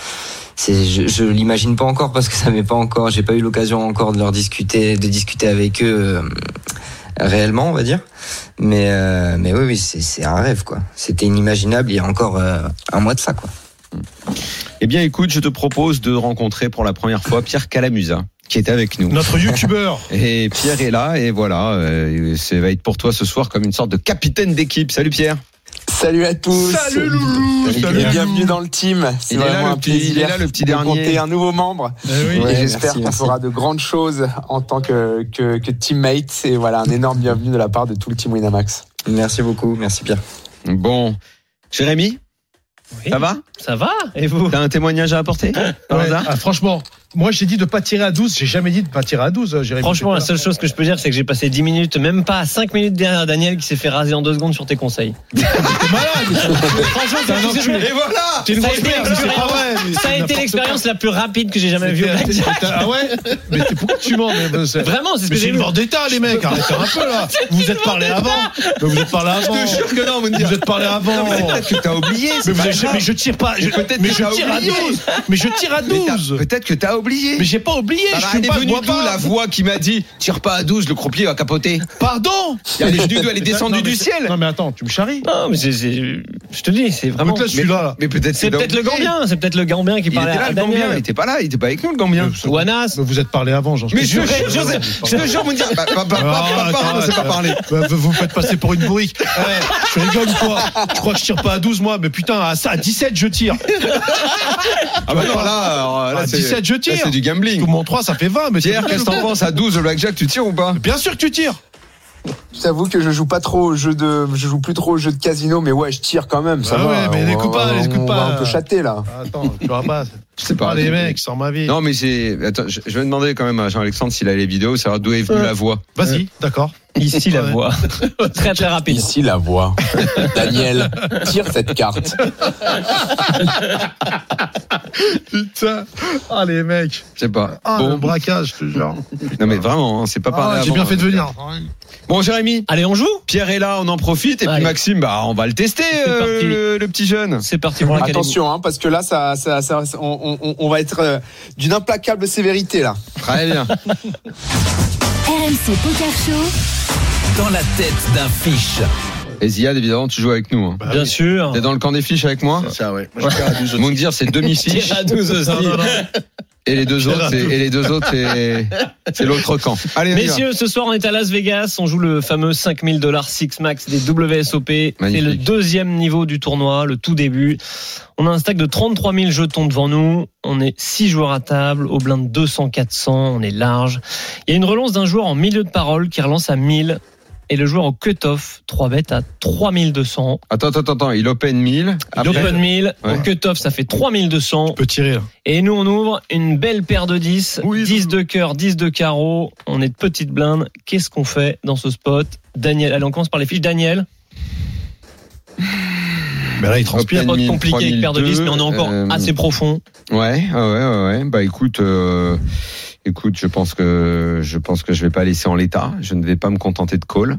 Speaker 10: C'est, je, je l'imagine pas encore parce que ça m'est pas encore. J'ai pas eu l'occasion encore de leur discuter, de discuter avec eux euh, réellement, on va dire. Mais, euh, mais oui, oui c'est c'est un rêve, quoi. C'était inimaginable il y a encore euh, un mois de ça, quoi.
Speaker 5: Eh bien, écoute, je te propose de rencontrer pour la première fois Pierre Calamusa, qui est avec nous.
Speaker 6: Notre youtubeur
Speaker 5: Et Pierre est là, et voilà, euh, ça va être pour toi ce soir comme une sorte de capitaine d'équipe. Salut Pierre.
Speaker 11: Salut à tous.
Speaker 6: Salut Loulou
Speaker 11: Et
Speaker 6: Salut
Speaker 11: bienvenue dans le team. C'est
Speaker 5: Il est, là,
Speaker 11: vraiment
Speaker 5: le
Speaker 11: un
Speaker 5: petit, il est
Speaker 11: plaisir.
Speaker 5: là, le petit
Speaker 11: de compter
Speaker 5: dernier.
Speaker 11: un nouveau membre.
Speaker 6: Eh oui.
Speaker 11: et
Speaker 10: Ouais,
Speaker 11: j'espère
Speaker 10: merci,
Speaker 11: qu'on
Speaker 10: merci.
Speaker 11: fera de grandes choses en tant que, que, que teammate. Et voilà, un énorme bienvenue de la part de tout le team Winamax.
Speaker 10: Merci beaucoup, merci Pierre.
Speaker 5: Bon, Jérémy, ça va
Speaker 12: Ça va Et vous
Speaker 5: T'as un témoignage à apporter par
Speaker 6: Ouais.
Speaker 5: hasard
Speaker 6: Ah, Franchement, moi j'ai dit de pas tirer à 12, j'ai jamais dit de pas tirer à 12. j'ai répété
Speaker 13: Franchement, la
Speaker 6: ça.
Speaker 13: seule chose que je peux dire, c'est que j'ai passé 10 minutes, même pas 5 minutes derrière Daniel qui s'est fait raser en 2 secondes sur tes conseils. Franchement, c'est un enculé.
Speaker 5: Et
Speaker 13: Ça
Speaker 5: voilà
Speaker 13: a été
Speaker 6: merde, mais c'est pas vrai, mais
Speaker 13: l'expérience- ça a
Speaker 6: c'est
Speaker 13: été
Speaker 6: n'importe
Speaker 13: l'expérience la plus rapide que j'ai jamais vue au
Speaker 6: C'était-
Speaker 13: blackjack.
Speaker 6: c'était- Ah ouais Mais t'es- pourquoi tu mens mais, mais c'est-
Speaker 13: Vraiment, c'est ce
Speaker 6: mais
Speaker 13: que
Speaker 6: c'est
Speaker 13: j'ai
Speaker 6: une
Speaker 13: vu.
Speaker 6: mort d'État, les mecs, arrêtez un peu là. Vous vous êtes parlé avant. Mais vous êtes parlé avant.
Speaker 5: Je te jure que non, vous me
Speaker 6: Vous
Speaker 5: direz.
Speaker 6: êtes parlé avant.
Speaker 5: Non, mais c'est peut-être que t'as oublié. c'est
Speaker 6: Ah, Mais, vous
Speaker 5: pas
Speaker 6: avez-
Speaker 5: grave.
Speaker 6: mais je tire pas. Je,
Speaker 5: Peut-être
Speaker 6: mais
Speaker 5: que
Speaker 6: je
Speaker 5: t'as
Speaker 6: tire à
Speaker 5: oublié.
Speaker 6: 12. Mais je tire à
Speaker 5: Mais t'as-
Speaker 6: 12.
Speaker 5: Peut-être que t'as oublié.
Speaker 6: Mais j'ai pas oublié.
Speaker 5: Bah,
Speaker 6: je
Speaker 5: elle
Speaker 6: suis
Speaker 5: est
Speaker 6: pas,
Speaker 5: venue
Speaker 6: moi,
Speaker 5: d'où
Speaker 6: pas.
Speaker 5: la voix qui m'a dit tire pas à 12 le croupier va capoter
Speaker 6: Pardon.
Speaker 5: elle est, venue d'où elle est
Speaker 6: Non,
Speaker 5: descendue
Speaker 6: mais
Speaker 5: du
Speaker 6: c'est-
Speaker 5: ciel
Speaker 6: Non mais attends, tu me charries.
Speaker 5: Ah
Speaker 13: Non, mais c'est- c'est- je te dis, c'est vraiment.
Speaker 6: Donc là, je suis là. là.
Speaker 5: mais peut-être
Speaker 13: C'est
Speaker 5: que t'as
Speaker 13: peut-être le
Speaker 5: oublié.
Speaker 13: Gambien, c'est peut-être le Gambien qui
Speaker 5: il était
Speaker 13: parlait
Speaker 5: là
Speaker 13: à
Speaker 5: le Gambien il
Speaker 13: Daniel.
Speaker 5: était pas là il était pas avec nous le Gambien
Speaker 6: Euh,
Speaker 13: Ou Anas.
Speaker 6: Mais vous êtes parlé avant, j'en
Speaker 5: mais je
Speaker 6: suis
Speaker 5: te
Speaker 6: sûr.
Speaker 5: jure Joseph, je te jure mon Dieu bah, bah, bah, bah,
Speaker 6: Ah,
Speaker 5: bah, bah, on
Speaker 6: arrête,
Speaker 5: s'est pas
Speaker 6: arrête.
Speaker 5: parlé
Speaker 6: Bah, vous vous faites passer pour une bourrique. Ouais, je rigole ou quoi Je crois que je tire pas à 12 mois, mais putain, à, ça, à 17 je tire.
Speaker 5: ah bah non là, alors, là
Speaker 6: À
Speaker 5: c'est-
Speaker 6: 17 Ah, je tire.
Speaker 5: là, c'est du gambling
Speaker 6: Tout mon 3 ça fait 20, mais
Speaker 5: Pierre qu'est-ce que t'en penses à 12 le blackjack tu tires ou pas
Speaker 6: Bien sûr que tu tires.
Speaker 10: Je t'avoue que je joue pas trop au jeu de, je joue plus trop au jeu de casino, mais ouais, je tire quand même. Ça
Speaker 6: Ah
Speaker 10: va.
Speaker 6: ouais, mais
Speaker 10: On
Speaker 6: les
Speaker 10: va-
Speaker 6: coups pas,
Speaker 10: on
Speaker 6: les coups
Speaker 10: va
Speaker 6: pas.
Speaker 10: un peu châté là.
Speaker 6: Attends, tu vois pas.
Speaker 5: je sais
Speaker 6: Ah, les mecs, sans ma vie.
Speaker 5: non mais c'est attends je, je vais demander quand même à Jean-Alexandre s'il a les vidéos savoir d'où est venue la voix
Speaker 6: Vas-y, d'accord.
Speaker 13: Ici la
Speaker 6: Ouais.
Speaker 13: voix. Très très rapide.
Speaker 10: Ici la voix. Daniel, tire cette carte.
Speaker 6: Putain. Ah, les mecs.
Speaker 5: je sais pas
Speaker 6: Ah,
Speaker 5: bon
Speaker 6: le braquage, je te jure.
Speaker 5: non mais vraiment hein, c'est pas
Speaker 6: Ah,
Speaker 5: parlé
Speaker 6: j'ai
Speaker 5: avant,
Speaker 6: bien fait de
Speaker 5: hein.
Speaker 6: venir.
Speaker 5: bon Jérémy
Speaker 13: Allez, on joue
Speaker 5: Pierre est là on en profite et puis
Speaker 13: Allez.
Speaker 5: Maxime bah on va le tester
Speaker 13: C'est
Speaker 5: euh,
Speaker 13: parti.
Speaker 5: le- le petit jeune
Speaker 13: C'est parti pour la
Speaker 10: Attention, hein, parce que là, ça, ça, ça- on, on- on va être euh, d'une implacable sévérité là.
Speaker 5: Très bien.
Speaker 3: RMC Poker Show,
Speaker 4: Dans la tête d'un fiche.
Speaker 5: Et Ziad, évidemment, tu joues avec nous.
Speaker 6: Bah
Speaker 5: Hein.
Speaker 13: Bah Bien sûr.
Speaker 5: T'es dans le camp des fiches avec moi
Speaker 7: C'est ça, ouais. Moi, je tire à 12 aussi.
Speaker 5: Moundir, c'est demi-fiche.
Speaker 13: Tire à 12 aussi.
Speaker 5: Et les deux autres, c'est, et les deux autres, c'est, c'est l'autre camp. Allez, on y va.
Speaker 13: Messieurs, ce soir on est à Las Vegas, on joue le fameux 5000 dollars Six Max des WSOP. C'est
Speaker 5: Magnifique.
Speaker 13: le deuxième niveau du tournoi, le tout début. On a un stack de 33 000 jetons devant nous. On est 6 joueurs à table, au blind 200-400, on est large. Il y a une relance d'un joueur en milieu de parole qui relance à 1000 et le joueur au cut-off 3 bêtes à 3200.
Speaker 5: Attends, attends, attends, il open 1000. Après,
Speaker 13: L'open 1000,
Speaker 5: Ouais.
Speaker 13: au cut-off ça fait 3200
Speaker 6: Peut tirer. là.
Speaker 13: et nous, on ouvre une belle paire de 10. 10 de cœur, 10 de carreau. On est de petite blinde. Qu'est-ce qu'on fait dans ce spot Daniel, allez, on commence par les fiches. Daniel,
Speaker 6: Mais là, il transpire.
Speaker 5: open
Speaker 13: pas
Speaker 5: 1000,
Speaker 13: compliqué avec paire de 10, mais on est
Speaker 5: 3002,
Speaker 13: encore
Speaker 5: euh,
Speaker 13: assez profond.
Speaker 5: Ouais, ah ouais, ouais, ouais. Bah, écoute, euh, écoute, je pense que, je pense que je vais pas laisser en l'état. Je ne vais pas me contenter de call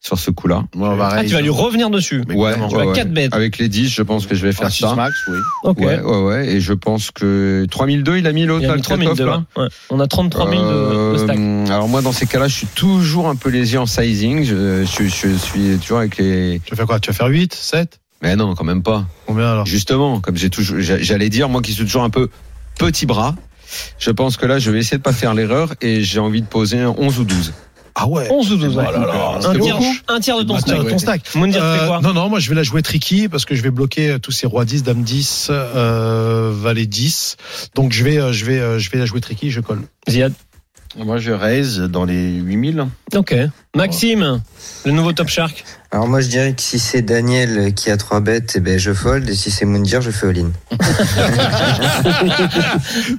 Speaker 5: sur ce coup-là.
Speaker 7: Moi, on va
Speaker 13: Ah, tu vas lui revenir dessus.
Speaker 7: Mais
Speaker 5: ouais,
Speaker 7: clairement.
Speaker 13: Tu vas 4 Bah, bêtes. Ah,
Speaker 5: Avec les 10, je pense que je vais faire
Speaker 7: Francis
Speaker 5: ça.
Speaker 7: Max, oui.
Speaker 13: Ok.
Speaker 5: Ouais, ouais, ouais. Et je pense que 3002, il a mis
Speaker 13: Il
Speaker 5: l'autre,
Speaker 13: y a
Speaker 5: là,
Speaker 13: mis
Speaker 5: le
Speaker 13: 3000
Speaker 5: cut-off,
Speaker 13: de
Speaker 5: là.
Speaker 6: hein.
Speaker 13: là. Ouais. On a 33 000 hein. de, de
Speaker 5: Euh,
Speaker 13: stack.
Speaker 5: alors moi dans ces cas-là, je suis toujours un peu léger en sizing. Je, je- je suis toujours avec les.
Speaker 6: Tu vas faire quoi Tu vas faire 8, 7
Speaker 5: Mais non, quand même pas.
Speaker 6: Combien alors
Speaker 5: Justement, comme j'ai toujours, j'a- j'allais dire moi qui suis toujours un peu petit bras, je pense que là je vais essayer de pas faire l'erreur et j'ai envie de poser un 11 ou Bah 12.
Speaker 6: Ah ouais.
Speaker 13: 11 ou 12. ouais.
Speaker 6: c'est
Speaker 13: un, tiers,
Speaker 6: beaucoup.
Speaker 13: un tiers de ton
Speaker 5: Bah,
Speaker 6: Un tiers
Speaker 13: stack.
Speaker 6: de ton stack.
Speaker 13: Moundir, tu fais
Speaker 6: Euh,
Speaker 13: quoi
Speaker 6: non, non, moi je vais la jouer tricky parce que je vais bloquer euh, tous ces rois 10, dame 10, euh, valet 10. Donc je vais, euh, je vais, euh, je vais la jouer tricky, je colle.
Speaker 13: Ziad.
Speaker 7: Moi, je raise dans les 8000.
Speaker 13: Ok. Maxime, le nouveau Top Shark.
Speaker 9: Alors moi je dirais que si c'est Daniel qui a trois bêtes, eh ben je fold et si c'est Moundir, je fais all-in.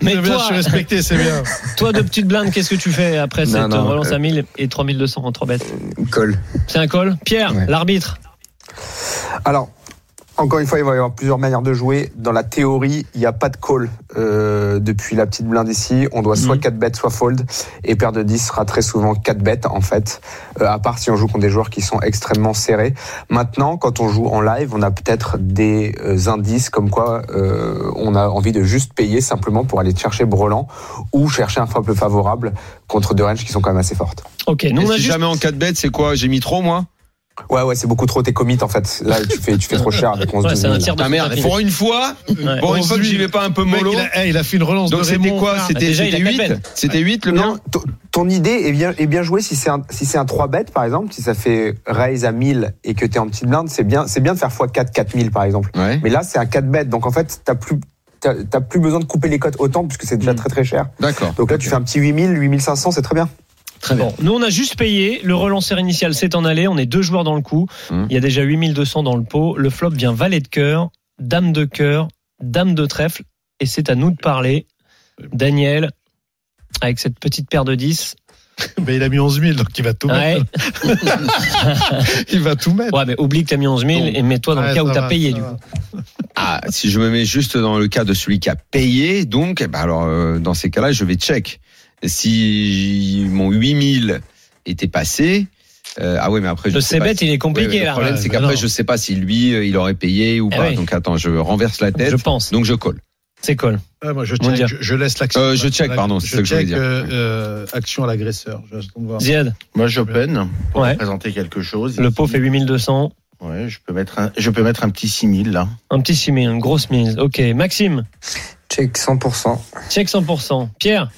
Speaker 13: Mais
Speaker 6: Bien, je
Speaker 13: toi,
Speaker 6: suis respecté, c'est bien.
Speaker 13: toi de petite blinde, qu'est-ce que tu fais après
Speaker 9: Non,
Speaker 13: cette
Speaker 9: non,
Speaker 13: relance
Speaker 9: euh,
Speaker 13: à 1000 et 3200 en 3 bêtes
Speaker 9: Call.
Speaker 13: C'est un call Pierre,
Speaker 9: Ouais.
Speaker 13: l'arbitre.
Speaker 10: Alors, encore une fois, il va y avoir plusieurs manières de jouer. Dans la théorie, il n'y a pas de call euh, depuis la petite blinde ici. On doit soit
Speaker 13: Mhm.
Speaker 10: 4 bêtes, soit fold. Et paire de 10 sera très souvent 4 bêtes, en fait. Euh, à part si on joue contre des joueurs qui sont extrêmement serrés. Maintenant, quand on joue en live, on a peut-être des euh, indices comme quoi euh, on a envie de juste payer simplement pour aller chercher Brelan ou chercher un faible favorable contre deux ranges qui sont quand même assez fortes.
Speaker 13: Ok, nous
Speaker 5: Et
Speaker 13: on a
Speaker 5: si
Speaker 13: juste. Ah,
Speaker 5: jamais en 4 bêtes, c'est quoi J'ai mis trop moi
Speaker 10: Ouais, ouais, c'est beaucoup trop tes commit en fait. Là, tu fais, tu fais trop cher avec 11
Speaker 13: Ouais,
Speaker 10: 12
Speaker 13: bah, c'est un
Speaker 10: 000.
Speaker 13: tiers de
Speaker 5: Ah merde,
Speaker 13: tapis.
Speaker 5: pour une fois,
Speaker 13: Ouais.
Speaker 5: pour une fois que
Speaker 6: 11,
Speaker 5: j'y vais pas un peu
Speaker 6: Mec,
Speaker 5: mollo.
Speaker 6: il, a, eh, il a fait une relance
Speaker 5: Donc
Speaker 6: de
Speaker 5: c'était
Speaker 6: Raymond.
Speaker 5: quoi
Speaker 6: frère.
Speaker 5: C'était
Speaker 13: Bah, déjà, il a
Speaker 5: c'était
Speaker 13: quatre
Speaker 5: 8
Speaker 13: peines.
Speaker 5: C'était 8 le
Speaker 10: Non,
Speaker 5: mien
Speaker 10: ton- ton idée est bien, est bien jouée si c'est un, si c'est un 3 bet par exemple, si ça fait raise à 1000 et que tu es en petite blinde, c'est bien, c'est bien de faire x4, 4000 par exemple.
Speaker 5: Ouais,
Speaker 10: Mais là, c'est un 4 bet, donc en fait, t'as plus, t'as t'as plus besoin de couper les cotes autant puisque c'est déjà très très cher.
Speaker 5: Hmm. d'accord.
Speaker 10: Donc là, tu fais un petit 8000, 8500, c'est très bien.
Speaker 13: Très bien. Bon, nous on a juste payé, le relanceur initial s'est en allé, on est deux joueurs dans le coup,
Speaker 5: Hum.
Speaker 13: il y a déjà 8200 dans le pot, le flop vient valet de cœur, dame de cœur, dame de trèfle, et c'est à nous de parler. Daniel, avec cette petite paire de 10.
Speaker 6: Mais il a mis 11 000, donc il va tout
Speaker 13: Ouais.
Speaker 6: mettre. Il va tout mettre.
Speaker 13: ouais, mais oublie que t'as mis 11 000 et mets-toi dans le
Speaker 6: Ouais,
Speaker 13: cas où
Speaker 6: ça
Speaker 13: t'as
Speaker 6: va,
Speaker 13: payé,
Speaker 6: ça
Speaker 13: du
Speaker 6: va.
Speaker 13: coup.
Speaker 5: Ah, si je me mets juste dans le cas de celui qui a payé, donc, eh ben alors, euh, dans ces cas-là, je vais check. Si j- mon 8000 était passé, euh, ah ouais, mais après, je
Speaker 13: Le
Speaker 5: sais pas
Speaker 13: CBET,
Speaker 5: si-
Speaker 13: il est
Speaker 5: Ouais, mais
Speaker 13: compliqué,
Speaker 5: le
Speaker 13: là. Ah,
Speaker 5: problème,
Speaker 6: Ouais,
Speaker 5: c'est
Speaker 6: mais
Speaker 5: qu'après,
Speaker 6: non.
Speaker 5: je sais pas si lui, euh, il aurait payé ou
Speaker 13: Eh
Speaker 5: pas.
Speaker 13: oui.
Speaker 5: Donc, attends, je renverse la tête.
Speaker 13: Je pense.
Speaker 5: Donc, je colle.
Speaker 13: C'est cool.
Speaker 6: Ouais, Ah, moi, je,
Speaker 13: Mon
Speaker 6: check,
Speaker 13: Dieu.
Speaker 6: je, je laisse l'action.
Speaker 5: Euh, je check, pardon, c'est
Speaker 6: Je
Speaker 5: ça que je voulais
Speaker 6: check,
Speaker 5: dire.
Speaker 6: euh, euh, action à l'agresseur. Je reste voir.
Speaker 13: Ziad,
Speaker 7: Moi, j'open pour
Speaker 13: Ouais.
Speaker 7: présenter quelque chose.
Speaker 13: le
Speaker 7: Ici,
Speaker 13: pot fait 8200.
Speaker 7: Ouais, je peux mettre un, je peux mettre un petit 6000 là.
Speaker 13: Un petit chimé, une grosse mise. Ok. Maxime,
Speaker 9: Check 100%.
Speaker 13: check 100%. Pierre,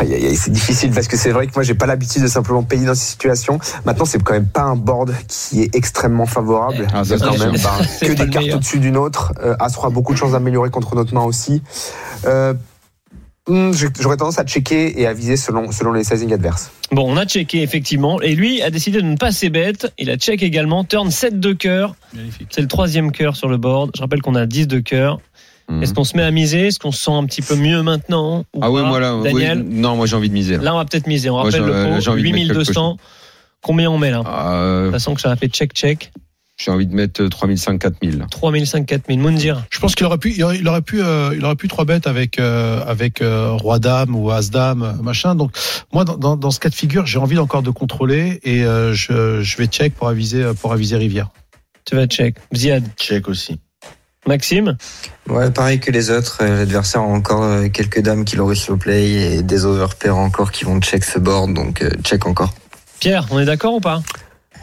Speaker 10: Aïe, aïe, aïe, c'est difficile parce que c'est vrai que moi j'ai pas l'habitude de simplement payer dans ces situations. Maintenant c'est quand même pas un board qui est extrêmement favorable.
Speaker 5: Ah,
Speaker 10: Il
Speaker 5: ça,
Speaker 10: y a quand
Speaker 5: c'est
Speaker 10: même
Speaker 13: sûr.
Speaker 10: bah,
Speaker 13: C'est
Speaker 10: que
Speaker 13: pas
Speaker 10: des
Speaker 13: le
Speaker 10: cartes
Speaker 13: meilleur.
Speaker 10: au-dessus d'une autre. Euh, As-Roi a beaucoup de choses à améliorer contre notre main aussi. Euh, hmm, j'ai- J'aurais tendance à checker et à viser selon, selon les sizing adverses.
Speaker 13: bon, on a checké, effectivement. Et lui a décidé de ne pas ses bêtes. Il a check également. Turn 7 de cœur. C'est le troisième cœur sur le board. Je rappelle qu'on a 10 de cœur.
Speaker 5: Mhm.
Speaker 13: Est-ce qu'on se met à miser Est-ce qu'on se sent un petit peu mieux maintenant ou
Speaker 5: Ah ouais,
Speaker 13: pas
Speaker 5: moi, là, oui,
Speaker 13: Daniel,
Speaker 5: non, moi, j'ai envie de miser. Là.
Speaker 13: là, on va peut-être miser. On
Speaker 5: Moi,
Speaker 13: rappelle
Speaker 5: j'ai- euh,
Speaker 13: le
Speaker 5: j'ai
Speaker 13: pot.
Speaker 5: envie de mettre quelque
Speaker 13: 8200. Combien on met là
Speaker 5: Euh,
Speaker 13: De toute façon, que ça a fait check, check.
Speaker 5: j'ai envie de mettre 3500, 4000.
Speaker 13: 3500, 4000. Moundir.
Speaker 6: Je pense qu'il aurait pu, il aurait, il aurait pu, euh, il aurait pu trois bêtes avec euh, avec euh, roi dame ou as dame machin. Donc moi dans, dans, dans ce cas de figure, j'ai envie encore de contrôler et euh, je, je vais check pour aviser euh, pour aviser Rivière.
Speaker 13: Tu vas check. Ziad.
Speaker 7: Check aussi.
Speaker 13: Maxime.
Speaker 9: Ouais, pareil que les autres, euh, l'adversaire a encore euh, quelques dames qui l'ont sur play et des overpairs encore qui vont check ce board, donc euh, check encore.
Speaker 13: Pierre, on est d'accord ou pas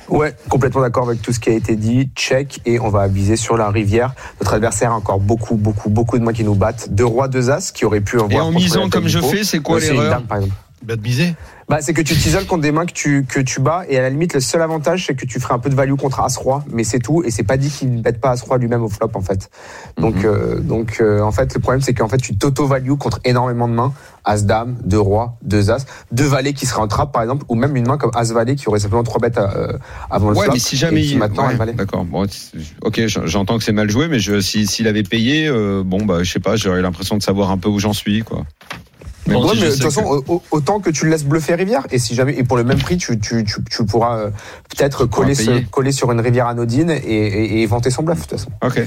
Speaker 10: Ouais, complètement d'accord avec tout ce qui a été dit. Check et on va viser sur la rivière. Notre adversaire a encore beaucoup, beaucoup, beaucoup de mains qui nous battent. Deux rois, deux as qui auraient pu
Speaker 5: Et
Speaker 10: avoir.
Speaker 5: en
Speaker 10: contre la
Speaker 5: misant
Speaker 10: tête
Speaker 5: comme
Speaker 10: du
Speaker 5: je
Speaker 10: pot.
Speaker 5: fais, c'est quoi
Speaker 10: Euh, c'est une
Speaker 5: l'erreur
Speaker 10: dame, par exemple.
Speaker 6: Bête misée.
Speaker 10: Bah, c'est que tu t'isoles contre des mains que tu, que tu bats, et à la limite, le seul avantage, c'est que tu ferais un peu de value contre As-Roi, mais c'est tout, et c'est pas dit qu'il ne bête pas As-Roi lui-même au flop, en fait. Donc,
Speaker 5: Mhm.
Speaker 10: euh, donc euh, en fait, le problème, c'est qu'en fait, tu t'auto-value contre énormément de mains. As-Dame, deux Rois, deux As, deux Valets qui seraient en trappe, par exemple, ou même une main comme As-Valet qui aurait simplement trois bêtes à, euh, avant le
Speaker 5: Ouais,
Speaker 10: flop.
Speaker 5: mais si jamais
Speaker 10: et qui
Speaker 5: il.
Speaker 10: maintenant a
Speaker 5: ouais,
Speaker 10: le valet.
Speaker 5: D'accord. Bon, c'est- ok, j- j'entends que c'est mal joué, mais je, si, s'il avait payé, euh, bon, bah, je sais pas, j'aurais l'impression de savoir un peu où j'en suis, quoi. Même
Speaker 10: Ouais,
Speaker 5: si je
Speaker 10: mais de
Speaker 5: sais
Speaker 10: toute façon,
Speaker 5: que-
Speaker 10: au- au- autant que tu le laisses bluffer Rivière, et si jamais, et pour le même prix, tu, tu, tu, tu pourras euh, peut-être
Speaker 5: pourras
Speaker 10: coller, ce-
Speaker 5: payer.
Speaker 10: coller sur une rivière anodine et, et, et vanter son bluff, de toute façon.
Speaker 5: Ok.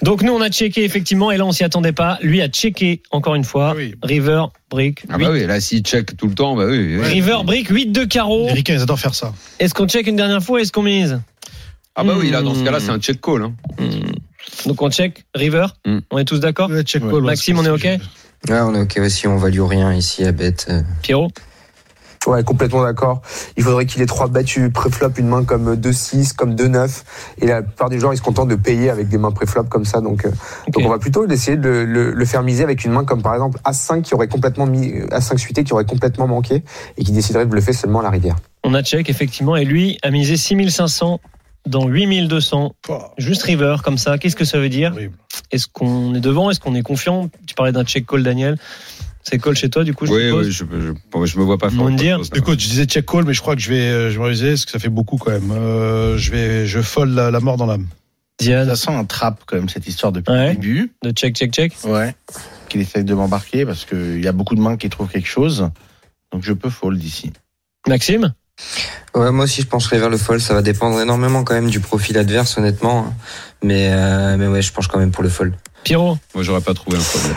Speaker 13: Donc nous, on a checké, effectivement, et là, on s'y attendait pas. Lui a checké, encore une fois.
Speaker 6: Ah oui.
Speaker 13: River, brick.
Speaker 5: Ah bah oui, là, s'il check tout le temps, bah oui. oui.
Speaker 13: River, brick, 8 de carreau.
Speaker 6: Les ricains ils adorent faire ça.
Speaker 13: Est-ce qu'on check une dernière fois Est-ce qu'on mise
Speaker 5: Ah bah oui, là, dans ce cas-là, c'est un check call. Hein.
Speaker 13: Donc on check River.
Speaker 5: Hmm.
Speaker 13: On est tous d'accord
Speaker 6: Ouais, check call, ouais,
Speaker 13: Ah. Maxime, on est
Speaker 6: c'est-
Speaker 13: OK
Speaker 6: c'est-
Speaker 9: Ouais, Ah, on est ok aussi, on value rien ici à bête. euh.
Speaker 13: Pierrot
Speaker 10: Ouais, complètement d'accord. Il faudrait qu'il ait trois battus préflop, une main comme 2-6, comme 2-9. Et la plupart des gens, ils se contentent de payer avec des mains préflop comme ça. Donc, euh,
Speaker 13: Ok.
Speaker 10: donc on va plutôt essayer de le, le- le faire miser avec une main comme par exemple A5 qui aurait complètement mis, A5 suité qui aurait complètement manqué et qui déciderait de bluffer seulement à la rivière.
Speaker 13: On a check, effectivement. Et lui a misé 6500 dans 8200.
Speaker 6: Pouah,
Speaker 13: Juste River, comme ça. Qu'est-ce que ça veut dire
Speaker 6: horrible.
Speaker 13: Est-ce qu'on est devant Est-ce qu'on est confiant Tu parlais d'un check call, Daniel. C'est call chez toi, du coup, je
Speaker 5: Oui,
Speaker 13: suppose.
Speaker 5: oui, je, je, bon, je me vois pas faire. autre
Speaker 13: Moundir.
Speaker 5: chose, hein. là.
Speaker 6: Écoute, je disais check call, mais je crois que je vais, euh, je vais réaliser parce que ça fait beaucoup quand même. Euh, je vais, je folle la, la mort dans l'âme.
Speaker 13: Diane,
Speaker 7: Ça sent un trap quand même cette histoire depuis
Speaker 13: Ouais.
Speaker 7: le début.
Speaker 13: de check, check, check.
Speaker 7: Ouais. Qu'il essaye de m'embarquer parce qu'il y a beaucoup de mains qui trouvent quelque chose. Donc je peux fold ici.
Speaker 13: Maxime
Speaker 9: Ouais, moi aussi je pencherais vers le fold, ça va dépendre énormément quand même du profil adverse honnêtement, mais, euh, mais ouais, je penche quand même pour le fold.
Speaker 13: Pierrot
Speaker 5: Moi, j'aurais pas trouvé un problème.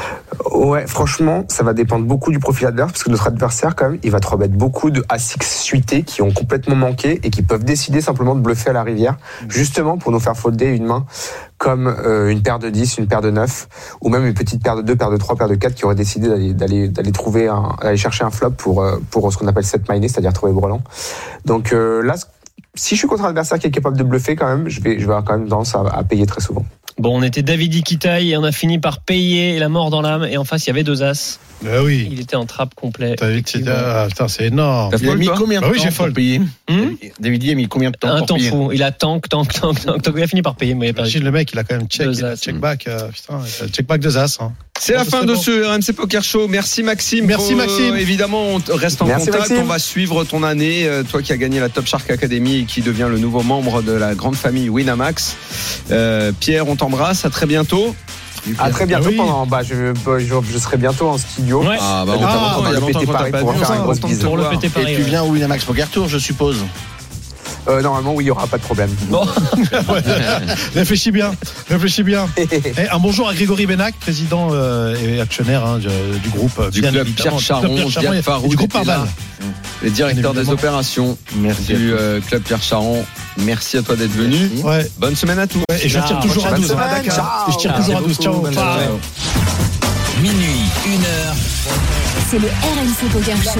Speaker 10: Ouais, franchement, ça va dépendre beaucoup du profil adverse, parce que notre adversaire, quand même, il va trop bête beaucoup de A6 suités qui ont complètement manqué et qui peuvent décider simplement de bluffer à la rivière, justement pour nous faire folder une main comme euh, une paire de 10, une paire de 9, ou même une petite paire de 2, paire de 3, paire de 4 qui aurait décidé d'aller- d'aller d'aller trouver un, d'aller chercher un flop pour, euh, pour ce qu'on appelle set miné, c'est-à-dire trouver brelan. Donc euh, là, si je suis contre un adversaire qui est capable de bluffer quand même, je vais, je vais avoir quand même tendance à- à payer très souvent.
Speaker 13: Bon, on était David Iquitaille et on a fini par payer la mort dans l'âme. Et en face, il y avait deux as.
Speaker 6: Ah oui.
Speaker 13: Il était en trappe complet.
Speaker 6: T'as vu que c'est ah, putain, c'est énorme.
Speaker 5: T'as
Speaker 7: Il a
Speaker 5: fold,
Speaker 7: mis
Speaker 5: toi
Speaker 7: combien de
Speaker 6: Bah oui, j'ai
Speaker 7: temps pour
Speaker 6: fold.
Speaker 7: payer
Speaker 13: Hmm
Speaker 7: David Lee a mis combien de temps
Speaker 13: un
Speaker 7: pour
Speaker 13: temps
Speaker 7: payer
Speaker 13: fou. Il a tank, tank, tank, tank, tank. Il a fini par payer, mais il a perdu.
Speaker 6: Imagine, le mec, il a quand même check,
Speaker 13: Deux
Speaker 6: il a
Speaker 13: as.
Speaker 6: check back, euh, putain, il a check back deux as. Hein.
Speaker 5: C'est la
Speaker 6: Bon,
Speaker 5: fin
Speaker 6: c'est
Speaker 5: de
Speaker 6: bon.
Speaker 5: ce RMC Poker Show. Merci Maxime. euh,
Speaker 6: Merci, Maxime.
Speaker 5: Évidemment, on te- reste en
Speaker 10: Merci,
Speaker 5: contact.
Speaker 10: Maxime.
Speaker 5: On va suivre ton année. Euh, Toi qui as gagné la Top Shark Academy et qui devient le nouveau membre de la grande famille Winamax. Euh, Pierre, on t'embrasse. À très bientôt.
Speaker 10: À très bientôt pendant. Bah, je, je, je serai bientôt en studio.
Speaker 13: Ouais.
Speaker 5: Ah, bah,
Speaker 10: Euh,
Speaker 5: on
Speaker 10: notamment
Speaker 5: t'attend,
Speaker 10: pendant
Speaker 5: il y a
Speaker 10: le
Speaker 5: longtemps
Speaker 10: PT
Speaker 5: qu'on t'a
Speaker 10: Paris
Speaker 5: pas
Speaker 10: pour
Speaker 5: vu,
Speaker 10: faire
Speaker 5: on
Speaker 10: une grosse
Speaker 5: t'entend
Speaker 10: bise.
Speaker 5: te
Speaker 13: Pour le
Speaker 5: voir.
Speaker 13: péter
Speaker 7: Et
Speaker 13: pareil.
Speaker 7: tu viens au Winamax Poker Tour, je suppose.
Speaker 10: Euh, normalement, oui, il n'y aura pas de problème.
Speaker 6: Réfléchis bien, réfléchis bien. Eh, un bonjour à Grégory Benac, président euh, et actionnaire hein, du, du groupe. euh,
Speaker 5: Du
Speaker 6: bien
Speaker 5: club Pierre
Speaker 6: évidemment, du
Speaker 5: Charon,
Speaker 6: club Pierre
Speaker 5: Diane
Speaker 6: et- et
Speaker 5: Farou,
Speaker 6: Du groupe
Speaker 5: qui était
Speaker 6: Parval.
Speaker 5: là. Le directeur des
Speaker 6: Évidemment.
Speaker 5: opérations
Speaker 7: Merci. à
Speaker 5: du
Speaker 7: tous.
Speaker 5: euh, club Pierre Charon, merci à toi d'être venu.
Speaker 6: Ouais,
Speaker 5: Bonne semaine à tous.
Speaker 6: ouais, et je tire
Speaker 5: Ah,
Speaker 13: Ciao.
Speaker 6: toujours à
Speaker 10: Bonne
Speaker 6: 12. hein.
Speaker 10: semaine, ciao.
Speaker 6: Et je tire toujours à 12. Ciao. Ciao.
Speaker 4: Minuit, 1h,
Speaker 3: C'est le RMC Poker Show.